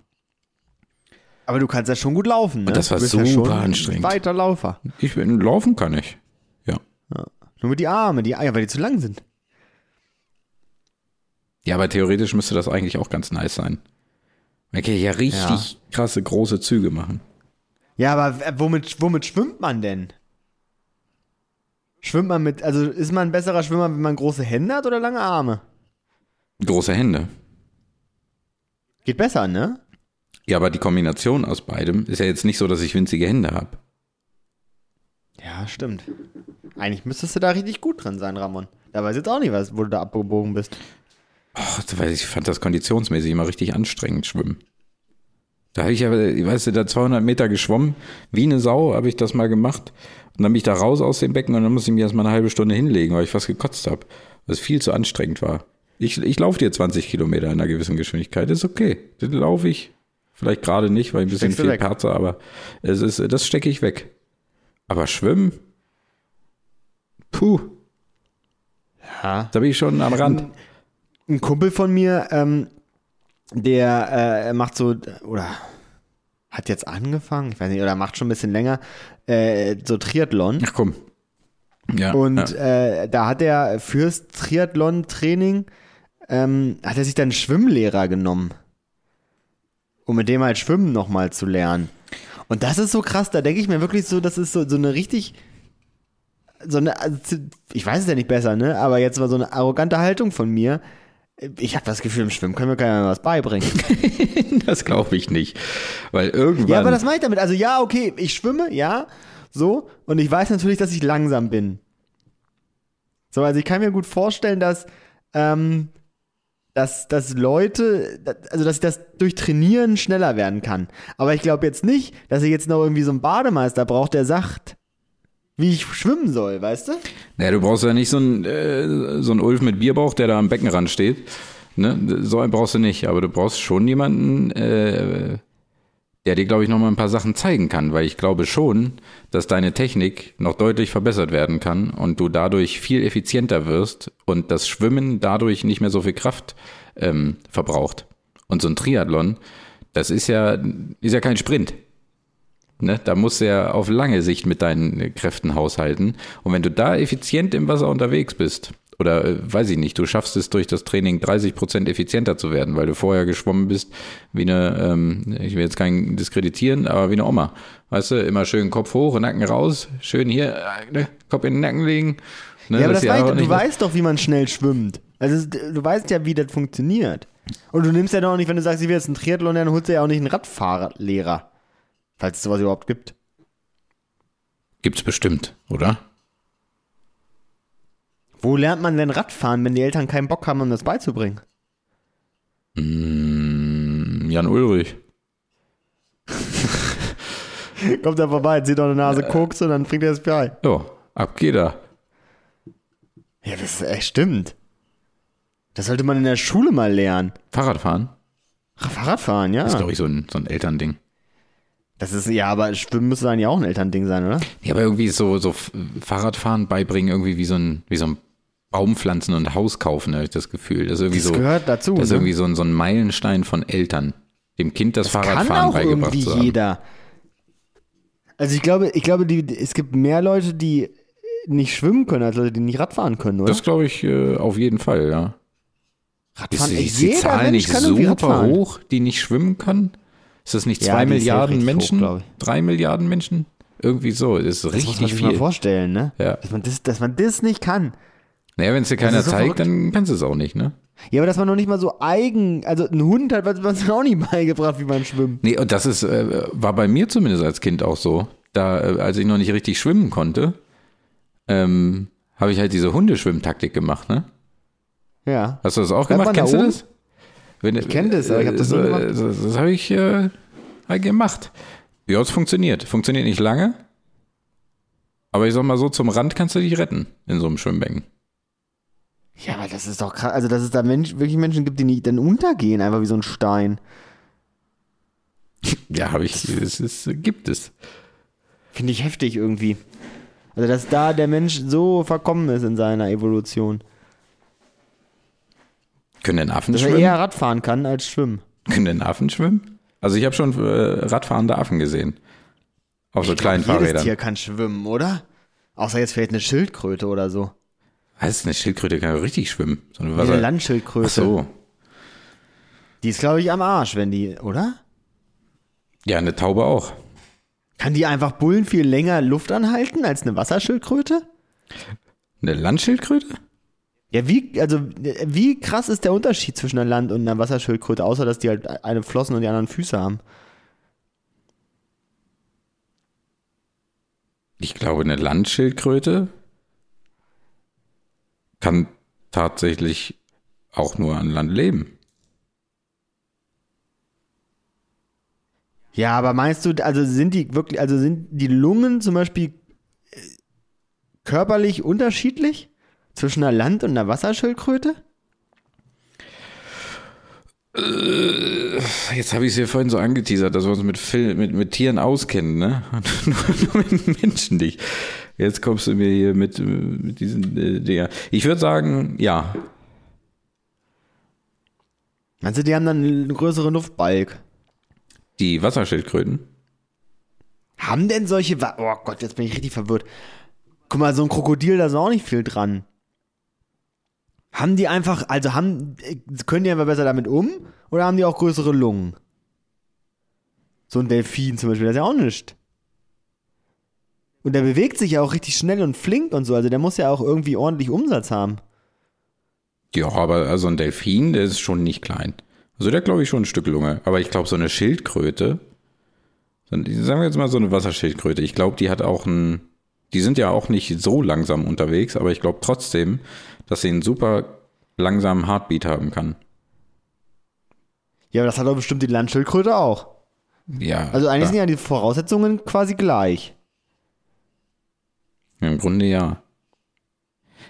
Speaker 2: Aber du kannst ja schon gut laufen. Ne?
Speaker 1: das war
Speaker 2: du bist ja
Speaker 1: super
Speaker 2: schon ein
Speaker 1: anstrengend.
Speaker 2: Weiter Laufer.
Speaker 1: Ich bin, laufen kann ich. Ja.
Speaker 2: Nur mit die Arme, die Eier, weil die zu lang sind.
Speaker 1: Ja, aber theoretisch müsste das eigentlich auch ganz nice sein. Man kann ja richtig
Speaker 2: Ja.
Speaker 1: krasse, große Züge machen.
Speaker 2: Ja, aber w- womit, womit schwimmt man denn? Schwimmt man mit, also ist man ein besserer Schwimmer, wenn man große Hände hat oder lange Arme?
Speaker 1: Große Hände.
Speaker 2: Geht besser, ne?
Speaker 1: Ja, aber die Kombination aus beidem ist ja jetzt nicht so, dass ich winzige Hände habe.
Speaker 2: Ja, stimmt. Eigentlich müsstest du da richtig gut drin sein, Ramon. Da weiß ich jetzt auch nicht, was, wo du da abgebogen bist.
Speaker 1: Ach, das weiß ich ich fand das konditionsmäßig immer richtig anstrengend, Schwimmen. Da habe ich ja, weißt du, da 200 Meter geschwommen, wie eine Sau habe ich das mal gemacht. Und dann bin ich da raus aus dem Becken und dann musste ich mich erstmal eine halbe Stunde hinlegen, weil ich fast gekotzt habe, was viel zu anstrengend war. Ich, ich laufe dir 20 Kilometer in einer gewissen Geschwindigkeit, ist okay. Dann laufe ich. Vielleicht gerade nicht, weil ich ein bisschen
Speaker 2: Steckst du
Speaker 1: viel
Speaker 2: weg.
Speaker 1: perze, aber es ist, das stecke ich weg. Aber schwimmen? Puh,
Speaker 2: Ja.
Speaker 1: da bin ich schon am Rand.
Speaker 2: ein Kumpel von mir, ähm, der äh, macht so, oder hat jetzt angefangen, ich weiß nicht, oder macht schon ein bisschen länger, äh, so Triathlon.
Speaker 1: Ach komm. Ja.
Speaker 2: Und
Speaker 1: ja.
Speaker 2: äh, da hat er fürs Triathlon-Training, ähm, hat er sich dann einen Schwimmlehrer genommen. Um mit dem halt Schwimmen nochmal zu lernen. Und das ist so krass, da denke ich mir wirklich so, das ist so, so eine richtig, so eine, also zu- ich weiß es ja nicht besser, ne? Aber jetzt war so eine arrogante Haltung von mir. Ich habe das Gefühl, im Schwimmen können wir keiner mehr was beibringen.
Speaker 1: (laughs) Das glaube ich nicht. Weil irgendwann.
Speaker 2: Ja, aber das meine ich damit. Also ja, okay, ich schwimme, ja, so. Und ich weiß natürlich, dass ich langsam bin. So, also ich kann mir gut vorstellen, dass, ähm, dass, dass Leute, also dass ich das durch Trainieren schneller werden kann. Aber ich glaube jetzt nicht, dass ich jetzt noch irgendwie so einen Bademeister braucht, der sagt, wie ich schwimmen soll, weißt du?
Speaker 1: naja, du brauchst ja nicht so einen, äh, so einen Ulf mit Bierbauch, der da am Beckenrand steht. Ne? So einen brauchst du nicht. Aber du brauchst schon jemanden, äh, der dir, glaube ich, nochmal ein paar Sachen zeigen kann. Weil ich glaube schon, dass deine Technik noch deutlich verbessert werden kann und du dadurch viel effizienter wirst und das Schwimmen dadurch nicht mehr so viel Kraft ähm, verbraucht. Und so ein Triathlon, das ist ja, ist ja kein Sprint. Ne, da musst du ja auf lange Sicht mit deinen äh, Kräften haushalten. Und wenn du da effizient im Wasser unterwegs bist, oder äh, weiß ich nicht, du schaffst es durch das Training 30% effizienter zu werden, weil du vorher geschwommen bist wie eine, ähm, ich will jetzt keinen diskreditieren, aber wie eine Oma. Weißt du, immer schön Kopf hoch, Nacken raus, schön hier, äh, ne, Kopf in den Nacken legen. Ne,
Speaker 2: ja, aber
Speaker 1: dass
Speaker 2: das
Speaker 1: die
Speaker 2: weiß,
Speaker 1: Haare
Speaker 2: du
Speaker 1: nicht-
Speaker 2: weißt doch, wie man schnell schwimmt. Also es- du weißt ja, wie das funktioniert. Und du nimmst ja doch nicht, wenn du sagst, ich will jetzt einen Triathlon lernen, holst du ja auch nicht einen Radfahrerlehrer. Falls es sowas überhaupt gibt.
Speaker 1: Gibt's bestimmt, oder?
Speaker 2: Wo lernt man denn Radfahren, wenn die Eltern keinen Bock haben, um das beizubringen? (laughs)
Speaker 1: Hm, Jan Ulrich.
Speaker 2: Kommt er vorbei, zieht doch eine Nase Koks und dann bringt er das bei.
Speaker 1: Ja, ab geht er.
Speaker 2: Ja, das ist echt stimmt. Das sollte man in der Schule mal lernen.
Speaker 1: Fahrradfahren
Speaker 2: Fahrradfahren, ja.
Speaker 1: ist, glaube ich, so ein, so ein Elternding.
Speaker 2: Das ist, ja, aber Schwimmen müsste dann ja auch ein Elternding sein, oder?
Speaker 1: Ja, aber irgendwie ist so, so F- Fahrradfahren beibringen irgendwie wie so ein, wie so ein Baumpflanzen und Haus kaufen, habe ich das Gefühl. Das ist irgendwie
Speaker 2: Das
Speaker 1: so,
Speaker 2: gehört dazu,
Speaker 1: Das ist
Speaker 2: ne?
Speaker 1: irgendwie so ein, so ein Meilenstein von Eltern. Dem Kind das,
Speaker 2: Kann
Speaker 1: Fahrradfahren
Speaker 2: auch
Speaker 1: beigebracht
Speaker 2: irgendwie
Speaker 1: zu haben.
Speaker 2: jeder. ne? Also ich glaube, ich glaube, die, die- es gibt mehr Leute, die nicht schwimmen können, als Leute, die nicht Radfahren können, oder?
Speaker 1: Das glaube ich äh, auf jeden Fall, ja. Ist,
Speaker 2: Radfahren,
Speaker 1: ist die
Speaker 2: jeder
Speaker 1: Zahl
Speaker 2: Mensch
Speaker 1: nicht
Speaker 2: kann irgendwie
Speaker 1: super
Speaker 2: Radfahren.
Speaker 1: hoch, die nicht schwimmen können? Ist das nicht
Speaker 2: Ja,
Speaker 1: zwei
Speaker 2: die ist ja
Speaker 1: Milliarden
Speaker 2: richtig hoch,
Speaker 1: Menschen?
Speaker 2: glaub ich.
Speaker 1: Drei Milliarden Menschen? Irgendwie so. Das ist
Speaker 2: Das muss man
Speaker 1: richtig
Speaker 2: sich mal
Speaker 1: viel.
Speaker 2: vorstellen, ne?
Speaker 1: Ja.
Speaker 2: Dass, man das, dass man das nicht kann.
Speaker 1: Naja, wenn es dir keiner
Speaker 2: ist so
Speaker 1: zeigt,
Speaker 2: verrückt.
Speaker 1: dann kannst du es auch nicht, ne?
Speaker 2: Ja, aber dass man noch nicht mal so eigen, also ein Hund hat was- was (laughs) auch nicht beigebracht, wie man schwimmt.
Speaker 1: Nee, und das ist, äh, war bei mir zumindest als Kind auch so. Da, äh, als ich noch nicht richtig schwimmen konnte, ähm, habe ich halt diese Hundeschwimmtaktik gemacht, ne?
Speaker 2: Ja.
Speaker 1: Hast du das auch
Speaker 2: Bleibt
Speaker 1: gemacht?
Speaker 2: man da
Speaker 1: Kennst du
Speaker 2: oben?
Speaker 1: das? Wenn, ich
Speaker 2: kenn das, aber ich hab das nie gemacht.
Speaker 1: Das, das habe ich äh, halt gemacht. Ja, es funktioniert. Funktioniert nicht lange. Aber ich sag mal so, zum Rand kannst du dich retten in so einem Schwimmbecken.
Speaker 2: Ja, aber das ist doch krass. Also, dass es da Mensch, wirklich Menschen gibt, die nicht dann untergehen, einfach wie so ein Stein.
Speaker 1: Ja, habe ich. Es ist, gibt es.
Speaker 2: Finde ich heftig irgendwie. Also, dass da der Mensch so verkommen ist in seiner Evolution.
Speaker 1: Können denn Affen
Speaker 2: Dass er
Speaker 1: schwimmen?
Speaker 2: eher Radfahren kann als schwimmen.
Speaker 1: Können denn Affen schwimmen? Also ich habe schon äh, radfahrende Affen gesehen. Auf so kleinen
Speaker 2: Jedes
Speaker 1: Fahrrädern.
Speaker 2: Tier kann schwimmen, oder? Außer jetzt vielleicht eine Schildkröte oder so.
Speaker 1: Heißt, eine Schildkröte kann ja richtig schwimmen. So eine
Speaker 2: Wie
Speaker 1: Wasser.
Speaker 2: Eine Landschildkröte.
Speaker 1: Ach so.
Speaker 2: Die ist, glaube ich, am Arsch, wenn die, oder?
Speaker 1: Ja, eine Taube auch.
Speaker 2: Kann die einfach Bullen viel länger Luft anhalten als eine Wasserschildkröte?
Speaker 1: Eine Landschildkröte?
Speaker 2: Ja, wie, also, wie krass ist der Unterschied zwischen einer Land- und einer Wasserschildkröte, außer dass die halt eine Flossen und die anderen Füße haben?
Speaker 1: Ich glaube, eine Landschildkröte kann tatsächlich auch nur an Land leben.
Speaker 2: Ja, aber meinst du, also sind die wirklich, also sind die Lungen zum Beispiel äh, körperlich unterschiedlich zwischen einer Land- und einer Wasserschildkröte?
Speaker 1: Jetzt habe ich es hier vorhin so angeteasert, dass wir uns mit, Fil mit, mit Tieren auskennen, ne? (laughs) Und nur, nur mit Menschen nicht. Jetzt kommst du mir hier mit, äh, mit diesen äh, Dinger. Ich würde sagen, ja.
Speaker 2: Meinst du, die haben dann einen größeren Luftbalg?
Speaker 1: Die Wasserschildkröten.
Speaker 2: Haben denn solche, Wa oh Gott, jetzt bin ich richtig verwirrt. Guck mal, so ein Krokodil, da ist auch nicht viel dran. Haben die einfach, also haben, äh, können die einfach besser damit um oder haben die auch größere Lungen? So ein Delfin zum Beispiel, das ist ja auch nicht. Und der bewegt sich ja auch richtig schnell und flink und so, also der muss ja auch irgendwie ordentlich Umsatz haben.
Speaker 1: Ja, aber also ein Delfin, der ist schon nicht klein. Also der glaube ich schon ein Stück Lunge. Aber ich glaube, so eine Schildkröte, so ein- sagen wir jetzt mal so eine Wasserschildkröte, ich glaube, die hat auch ein, die sind ja auch nicht so langsam unterwegs, aber ich glaube trotzdem, dass sie einen super langsamen Heartbeat haben kann.
Speaker 2: Ja, aber das hat doch bestimmt die Landschildkröte auch.
Speaker 1: Ja.
Speaker 2: Also eigentlich
Speaker 1: ja.
Speaker 2: sind ja die Voraussetzungen quasi gleich.
Speaker 1: Im Grunde ja.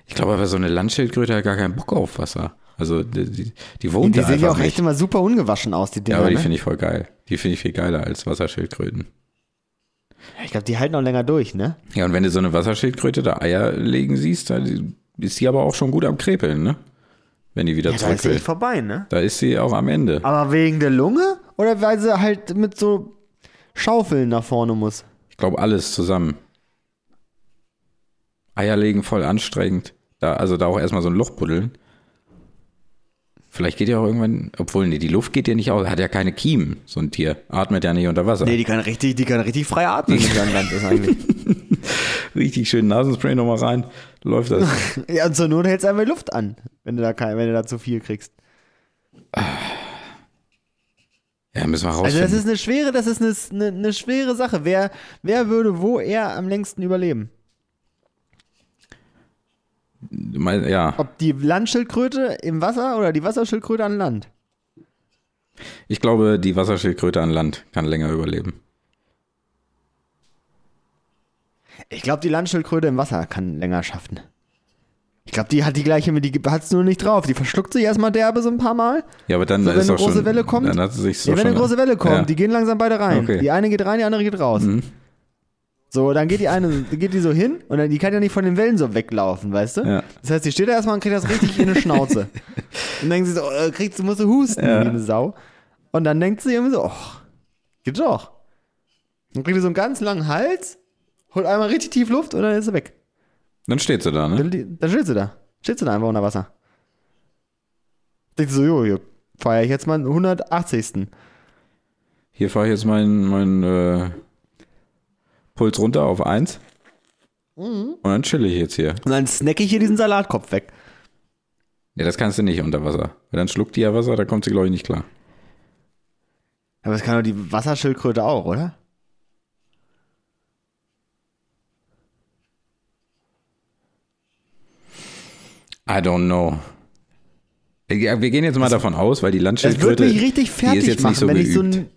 Speaker 1: Ich glaube aber, so eine Landschildkröte hat gar keinen Bock auf Wasser. Also die, die, die wohnt
Speaker 2: Und die
Speaker 1: da
Speaker 2: sehen ja
Speaker 1: einfach
Speaker 2: auch echt
Speaker 1: nicht.
Speaker 2: immer super ungewaschen aus, die Dinger.
Speaker 1: Ja, aber die
Speaker 2: ne?
Speaker 1: finde ich voll geil. Die finde ich viel geiler als Wasserschildkröten.
Speaker 2: Ich glaube, die halten auch länger durch, ne?
Speaker 1: Ja, und wenn du so eine Wasserschildkröte da Eier legen siehst, dann ist die aber auch schon gut am Krepeln, ne? Wenn die wieder
Speaker 2: Ja, da
Speaker 1: zurück
Speaker 2: ist Ah.
Speaker 1: will.
Speaker 2: echt vorbei, ne?
Speaker 1: Da ist sie auch am Ende.
Speaker 2: Aber wegen der Lunge? Oder weil sie halt mit so Schaufeln nach vorne muss?
Speaker 1: Ich glaube, alles zusammen. Eier legen voll anstrengend. Da, also da auch erstmal so ein Loch buddeln. Vielleicht geht ja auch irgendwann, obwohl, nee, die Luft geht ja nicht aus, hat ja keine Kiemen, so ein Tier. Atmet ja nicht unter Wasser.
Speaker 2: Nee, die kann richtig, die kann richtig frei atmen, wenn sie an Land ist eigentlich.
Speaker 1: Richtig schön Nasenspray nochmal rein, läuft
Speaker 2: (laughs)
Speaker 1: das.
Speaker 2: (laughs) ja, und zur Not hältst du einfach die Luft an, wenn du da, kein, wenn du da zu viel kriegst.
Speaker 1: ja, müssen wir
Speaker 2: Also
Speaker 1: rausfinden.
Speaker 2: das ist eine schwere, das ist eine, eine, eine schwere Sache. Wer, wer würde wo eher am längsten überleben?
Speaker 1: mein, ja,
Speaker 2: Ob die Landschildkröte im Wasser oder die Wasserschildkröte an Land?
Speaker 1: ich glaube, die Wasserschildkröte an Land kann länger überleben.
Speaker 2: Ich glaube, die Landschildkröte im Wasser kann länger schaffen. Ich glaube, die hat die gleiche, die hat's nur nicht drauf. Die verschluckt sich erstmal derbe so ein paar Mal.
Speaker 1: Ja, aber dann
Speaker 2: So, wenn
Speaker 1: ist
Speaker 2: eine
Speaker 1: doch schon.
Speaker 2: große Welle kommt-
Speaker 1: dann hat sie sich so
Speaker 2: ja, wenn
Speaker 1: schon,
Speaker 2: eine große Welle kommt,
Speaker 1: Ja.
Speaker 2: die gehen langsam beide rein.
Speaker 1: Okay.
Speaker 2: Die eine geht rein, die andere geht raus.
Speaker 1: Mhm.
Speaker 2: So, dann geht die eine, dann geht die so hin und dann, die kann ja nicht von den Wellen so weglaufen, weißt du?
Speaker 1: Ja.
Speaker 2: Das heißt, die steht da erstmal und kriegt das richtig in
Speaker 1: (laughs)
Speaker 2: die Schnauze. und denkt sie so, äh, kriegst du, musst du husten
Speaker 1: Ja.
Speaker 2: wie eine Sau. Und dann denkt sie irgendwie so, och, geht doch. Dann kriegt die so einen ganz langen Hals, holt einmal richtig tief Luft und dann ist sie weg.
Speaker 1: Dann steht sie da, ne?
Speaker 2: Dann, li- dann steht sie da. Steht sie da einfach unter Wasser. Denkt sie so, jo, jo, feier ich jetzt mal einen 180.
Speaker 1: Hier fahre ich jetzt meinen mein, äh, Puls runter auf 1.
Speaker 2: Mhm.
Speaker 1: Und dann chill ich jetzt hier.
Speaker 2: Und dann snacke ich hier diesen Salatkopf weg.
Speaker 1: Ja, das kannst du nicht unter Wasser. Weil dann schluckt die ja Wasser, da kommt sie, glaube ich, nicht klar.
Speaker 2: Aber das kann doch die Wasserschildkröte auch, oder?
Speaker 1: I don't know. Ja, Wir gehen jetzt mal davon aus, weil die
Speaker 2: Das
Speaker 1: Landschildkröte.
Speaker 2: würde mich richtig
Speaker 1: die ist
Speaker 2: fertig
Speaker 1: jetzt
Speaker 2: machen,
Speaker 1: nicht so
Speaker 2: wenn
Speaker 1: geübt.
Speaker 2: ich so ein.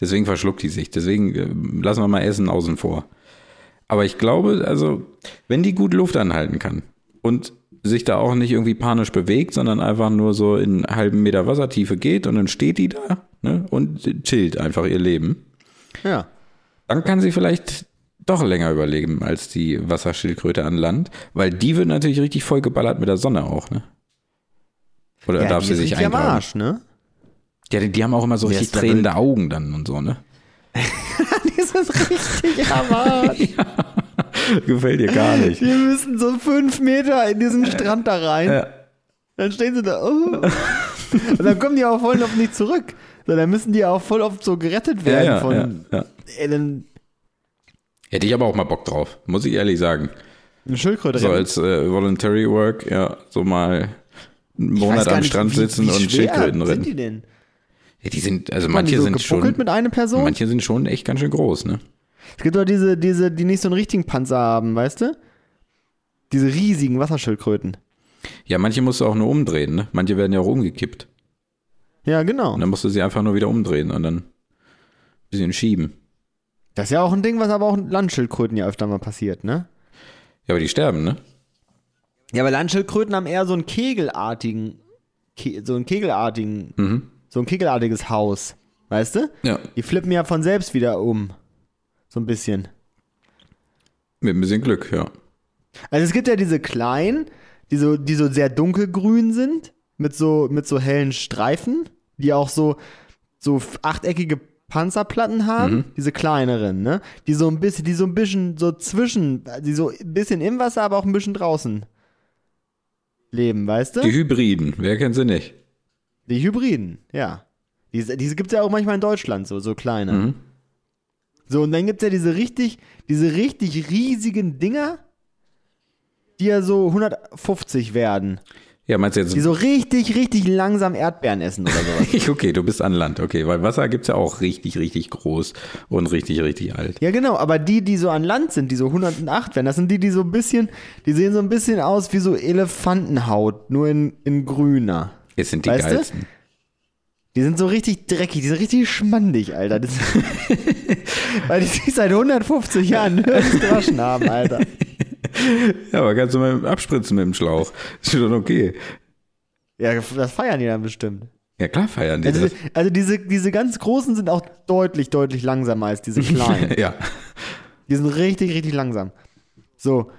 Speaker 1: Deswegen verschluckt die sich. Deswegen äh, lassen wir mal Essen außen vor. Aber ich glaube, also, wenn die gut Luft anhalten kann und sich da auch nicht irgendwie panisch bewegt, sondern einfach nur so in einen halben Meter Wassertiefe geht und dann steht die da ne, und chillt einfach ihr Leben,
Speaker 2: Ja.
Speaker 1: dann kann sie vielleicht doch länger überleben als die Wasserschildkröte an Land, weil die wird natürlich richtig vollgeballert mit der Sonne auch, ne? Oder
Speaker 2: ja,
Speaker 1: darf
Speaker 2: die
Speaker 1: sie
Speaker 2: ist
Speaker 1: sich
Speaker 2: richtig am
Speaker 1: eingraben?
Speaker 2: Arsch, ne? (laughs)
Speaker 1: Ja, die, die haben auch immer so
Speaker 2: Die
Speaker 1: richtig
Speaker 2: ist da
Speaker 1: tränende Augen dann und so, ne?
Speaker 2: Die sind richtig (laughs) am Arsch.
Speaker 1: (laughs) Gefällt dir gar nicht.
Speaker 2: Die müssen so fünf Meter in diesen Strand da rein.
Speaker 1: Ja.
Speaker 2: Dann stehen sie da. Oh. Und dann kommen die auch voll oft nicht zurück. So, dann müssen die auch voll oft so gerettet
Speaker 1: Ja,
Speaker 2: werden
Speaker 1: ja,
Speaker 2: von.
Speaker 1: ja, ja.
Speaker 2: Ey, dann
Speaker 1: Hätte ich aber auch mal Bock drauf, muss ich ehrlich sagen.
Speaker 2: eine Schildkröte
Speaker 1: So
Speaker 2: retten.
Speaker 1: als äh, Voluntary Work, ja, so mal einen
Speaker 2: Ich weiß
Speaker 1: Monat
Speaker 2: gar
Speaker 1: am
Speaker 2: nicht,
Speaker 1: Strand
Speaker 2: wie-
Speaker 1: sitzen
Speaker 2: wie
Speaker 1: und
Speaker 2: schwer
Speaker 1: Schildkröten retten.
Speaker 2: Sind die denn?
Speaker 1: ja, die sind, also
Speaker 2: Waren die
Speaker 1: manche
Speaker 2: so
Speaker 1: sind
Speaker 2: gebuckelt
Speaker 1: schon,
Speaker 2: mit einer Person?
Speaker 1: manche sind schon echt ganz schön groß, ne?
Speaker 2: Es gibt doch diese, diese, die nicht so einen richtigen Panzer haben, weißt du? Diese riesigen Wasserschildkröten.
Speaker 1: Ja, manche musst du auch nur umdrehen, ne? Manche werden ja auch umgekippt.
Speaker 2: Ja, genau.
Speaker 1: Und dann musst du sie einfach nur wieder umdrehen und dann ein bisschen schieben.
Speaker 2: Das ist ja auch ein Ding, was aber auch Landschildkröten ja öfter mal passiert, ne?
Speaker 1: Ja, aber die sterben, ne?
Speaker 2: Ja, aber Landschildkröten haben eher so einen kegelartigen, ke so einen kegelartigen, so ein kegelartiges Haus, weißt du?
Speaker 1: Ja.
Speaker 2: Die flippen ja von selbst wieder um. So ein bisschen.
Speaker 1: Mit ein bisschen Glück, ja.
Speaker 2: Also es gibt ja diese kleinen, die so, die so sehr dunkelgrün sind, mit so, mit so hellen Streifen, die auch so, so f- achteckige Panzerplatten haben, diese kleineren, ne? Die so ein bisschen, die so ein bisschen so zwischen, die so ein bisschen im Wasser, aber auch ein bisschen draußen leben, weißt du?
Speaker 1: Die Hybriden, wer kennt sie nicht?
Speaker 2: Die Hybriden, ja. Diese, diese gibt es ja auch manchmal in Deutschland, so, so kleine.
Speaker 1: Mhm.
Speaker 2: So, und dann gibt es ja diese richtig, diese richtig riesigen Dinger, die ja so 150 werden.
Speaker 1: Ja, meinst du jetzt
Speaker 2: Die so richtig, richtig langsam Erdbeeren essen oder
Speaker 1: (laughs)
Speaker 2: sowas.
Speaker 1: Okay, du bist an Land, okay, weil Wasser gibt's ja auch richtig, richtig groß und richtig, richtig alt.
Speaker 2: ja, genau, aber die, die so an Land sind, die so 108 werden, das sind die, die so ein bisschen, die sehen so ein bisschen aus wie so Elefantenhaut, nur in, in grüner.
Speaker 1: Jetzt sind die
Speaker 2: Weißt du?
Speaker 1: geilsten.
Speaker 2: Die sind so richtig dreckig, die sind richtig schmandig, Alter. Das (laughs) Weil die sich seit 150 Jahren nirgends gewaschen haben, Alter.
Speaker 1: Ja, aber kannst du mal abspritzen mit dem Schlauch. Ist schon okay.
Speaker 2: Ja, das feiern die dann bestimmt.
Speaker 1: Ja, klar feiern die
Speaker 2: Also,
Speaker 1: das.
Speaker 2: also diese, diese ganz großen sind auch deutlich, deutlich langsamer als
Speaker 1: (laughs)
Speaker 2: diese kleinen.
Speaker 1: Ja.
Speaker 2: Die sind richtig, richtig langsam. So.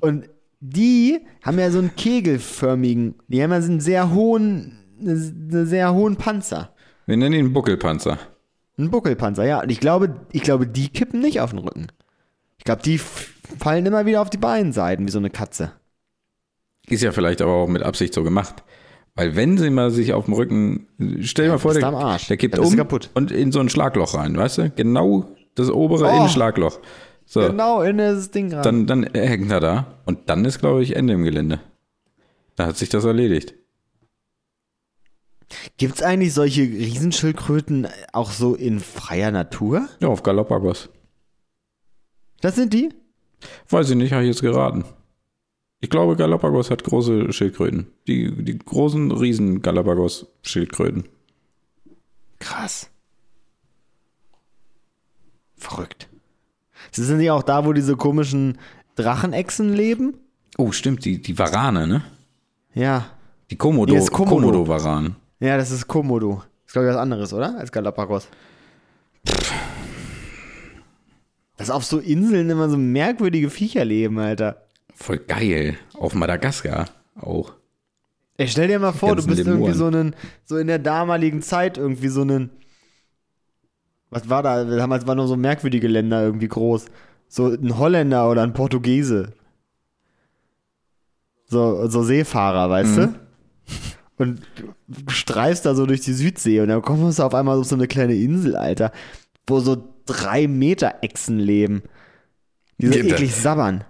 Speaker 2: Und die haben ja so einen kegelförmigen, die haben ja so einen sehr hohen, einen sehr hohen Panzer.
Speaker 1: Wir nennen ihn Buckelpanzer.
Speaker 2: Einen Buckelpanzer, ja. Und ich glaube, ich glaube, die kippen nicht auf den Rücken. Ich glaube, die f- fallen immer wieder auf die Beinseiten, wie so eine Katze.
Speaker 1: Ist ja vielleicht aber auch mit Absicht so gemacht. Weil wenn sie mal sich auf dem Rücken, stell dir mal vor,
Speaker 2: bist
Speaker 1: der,
Speaker 2: du am Arsch.
Speaker 1: der kippt
Speaker 2: Dann bist
Speaker 1: um
Speaker 2: du kaputt.
Speaker 1: und in so ein Schlagloch rein, weißt du? Genau das obere
Speaker 2: Oh.
Speaker 1: in Schlagloch. So,
Speaker 2: Genau in das Ding rein.
Speaker 1: dann, dann hängt er da und dann ist, glaube ich, Ende im Gelände. Da hat sich das erledigt.
Speaker 2: Gibt es eigentlich solche Riesenschildkröten auch so in freier Natur?
Speaker 1: Ja, auf Galapagos.
Speaker 2: Das sind die?
Speaker 1: Weiß ich nicht, habe ich jetzt geraten. Ich glaube, Galapagos hat große Schildkröten. Die, die großen, riesen Galapagos-Schildkröten.
Speaker 2: Krass. Verrückt. Sie sind ja auch da, wo diese komischen Drachenechsen leben?
Speaker 1: Oh, stimmt, die, die Warane, ne?
Speaker 2: Ja.
Speaker 1: Die Komodo,
Speaker 2: Die ist Komodo.
Speaker 1: Komodo-Varan.
Speaker 2: Ja, das ist Komodo. Ist, glaube ich, was anderes, oder? Als Galapagos. Dass auf so Inseln immer so merkwürdige Viecher leben, Alter.
Speaker 1: Voll geil. Auf Madagaskar auch.
Speaker 2: Ey, stell dir mal vor, du
Speaker 1: ganzen
Speaker 2: bist irgendwie
Speaker 1: Lemuren.
Speaker 2: so einen, so in der damaligen Zeit irgendwie so einen. Was war da? Damals waren nur so merkwürdige Länder irgendwie groß. So ein Holländer oder ein Portugiese. So, so Seefahrer, weißt
Speaker 1: Mhm.
Speaker 2: du? Und du streifst da so durch die Südsee und dann kommst du auf einmal auf so eine kleine Insel, Alter, wo so drei Meter Echsen leben. Die so
Speaker 1: Ja, da-
Speaker 2: eklig sabbern.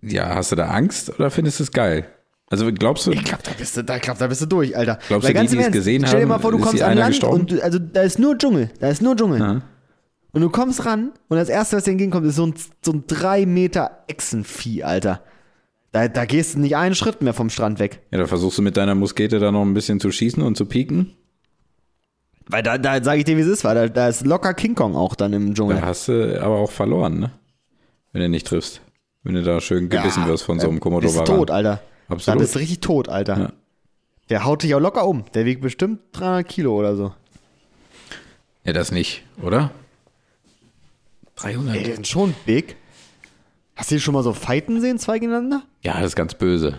Speaker 1: Ja, hast du da Angst oder findest du es geil? Also glaubst du,
Speaker 2: Ich glaube, da bist du, da, ich glaub, da bist du durch, Alter.
Speaker 1: Glaubst
Speaker 2: Weil
Speaker 1: du, die,
Speaker 2: ganz im
Speaker 1: die es
Speaker 2: Ernst,
Speaker 1: gesehen
Speaker 2: Stell dir mal
Speaker 1: haben,
Speaker 2: vor, du
Speaker 1: ist
Speaker 2: kommst
Speaker 1: hier
Speaker 2: an
Speaker 1: einer
Speaker 2: Land
Speaker 1: gestorben?
Speaker 2: und du, also da ist nur Dschungel, da ist nur Dschungel.
Speaker 1: Ja.
Speaker 2: Und du kommst ran und das erste, was dir entgegenkommt, ist so ein, so ein 3 Meter Echsenvieh, Alter. Da, da gehst du nicht einen Schritt mehr vom Strand weg.
Speaker 1: ja, da versuchst du mit deiner Muskete da noch ein bisschen zu schießen und zu pieken.
Speaker 2: Weil da, da sage ich dir, wie es ist, weil da, da ist locker King Kong auch dann im Dschungel.
Speaker 1: Da hast du aber auch verloren, ne? Wenn du nicht triffst. Wenn du da schön gebissen wirst von so einem komodo
Speaker 2: bist du äh, tot, Alter. Da
Speaker 1: Absolut.
Speaker 2: bist du richtig tot, Alter.
Speaker 1: Ja.
Speaker 2: Der haut dich auch locker um. Der wiegt bestimmt 300 Kilo oder so.
Speaker 1: Ja, das nicht, oder?
Speaker 2: Ey, die
Speaker 1: 300.
Speaker 2: sind schon big. Hast du die schon mal so fighten sehen, zwei gegeneinander?
Speaker 1: Ja, das ist ganz böse.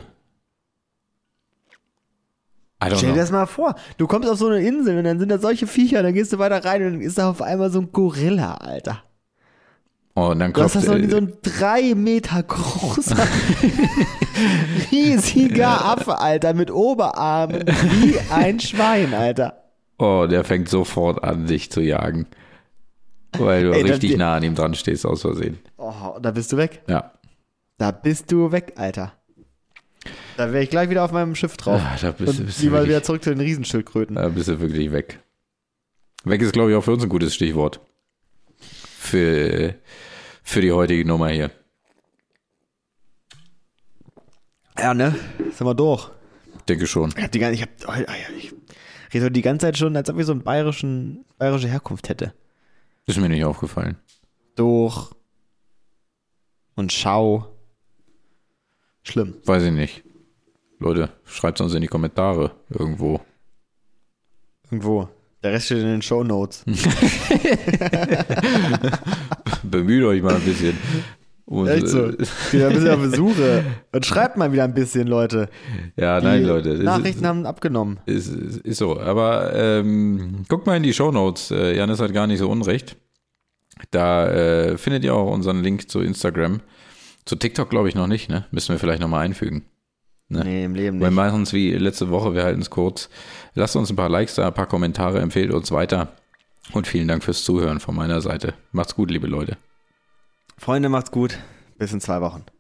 Speaker 1: I don't
Speaker 2: Stell dir
Speaker 1: know.
Speaker 2: das mal vor, du kommst auf so eine Insel und dann sind da solche Viecher, dann gehst du weiter rein und dann ist da auf einmal so ein Gorilla, Alter.
Speaker 1: Oh, und dann
Speaker 2: Du hast
Speaker 1: kommt,
Speaker 2: das noch nie
Speaker 1: äh,
Speaker 2: so ein drei Meter
Speaker 1: (laughs)
Speaker 2: großer, riesiger Affe, Alter, mit Oberarmen, wie ein Schwein, Alter.
Speaker 1: oh, der fängt sofort an, dich zu jagen. Weil du
Speaker 2: Ey, das-
Speaker 1: richtig nah an ihm dran stehst, aus Versehen.
Speaker 2: Oh, da bist du weg.
Speaker 1: Ja.
Speaker 2: Da bist du weg, Alter. Da wäre ich gleich wieder auf meinem Schiff drauf.
Speaker 1: Ah, da bist, du-
Speaker 2: Oh, und
Speaker 1: bist du
Speaker 2: lieber
Speaker 1: wirklich,
Speaker 2: wieder zurück zu den Riesenschildkröten.
Speaker 1: da bist du wirklich weg. Weg ist, glaube ich, auch für uns ein gutes Stichwort. Für, für die heutige Nummer hier.
Speaker 2: Ja, ne? Sind wir durch.
Speaker 1: Denke schon.
Speaker 2: Ich hab die ganze, ich hab, oh, ja, ich rede heute die ganze Zeit schon, als ob ich so einen bayerischen, bayerische Herkunft hätte.
Speaker 1: Ist mir nicht aufgefallen.
Speaker 2: Durch und schau. Schlimm.
Speaker 1: Weiß ich nicht. Leute, schreibt uns in die Kommentare irgendwo.
Speaker 2: Irgendwo. Der Rest steht in den
Speaker 1: (laughs)
Speaker 2: Show Notes.
Speaker 1: Bemüht euch mal ein
Speaker 2: (laughs)
Speaker 1: bisschen. Und,
Speaker 2: Echt so.
Speaker 1: äh,
Speaker 2: Wieder ein bisschen auf Besuche. Und schreibt mal wieder ein bisschen, Leute.
Speaker 1: Ja,
Speaker 2: Die
Speaker 1: nein, Leute. es
Speaker 2: Nachrichten haben abgenommen.
Speaker 1: Ist, ist, ist so. Aber ähm, guckt mal in die Shownotes. Äh, Janis hat gar nicht so unrecht. Da äh, findet ihr auch unseren Link zu Instagram. Zu TikTok glaube ich noch nicht, ne? Müssen wir vielleicht nochmal einfügen. Ne?
Speaker 2: Nee, im Leben
Speaker 1: Wir
Speaker 2: nicht.
Speaker 1: machen es wie letzte Woche, wir halten es kurz. Lasst uns ein paar Likes da, ein paar Kommentare, empfehlt uns weiter. Und vielen Dank fürs Zuhören von meiner Seite. Macht's gut, liebe Leute.
Speaker 2: Freunde, macht's gut. Bis in zwei Wochen.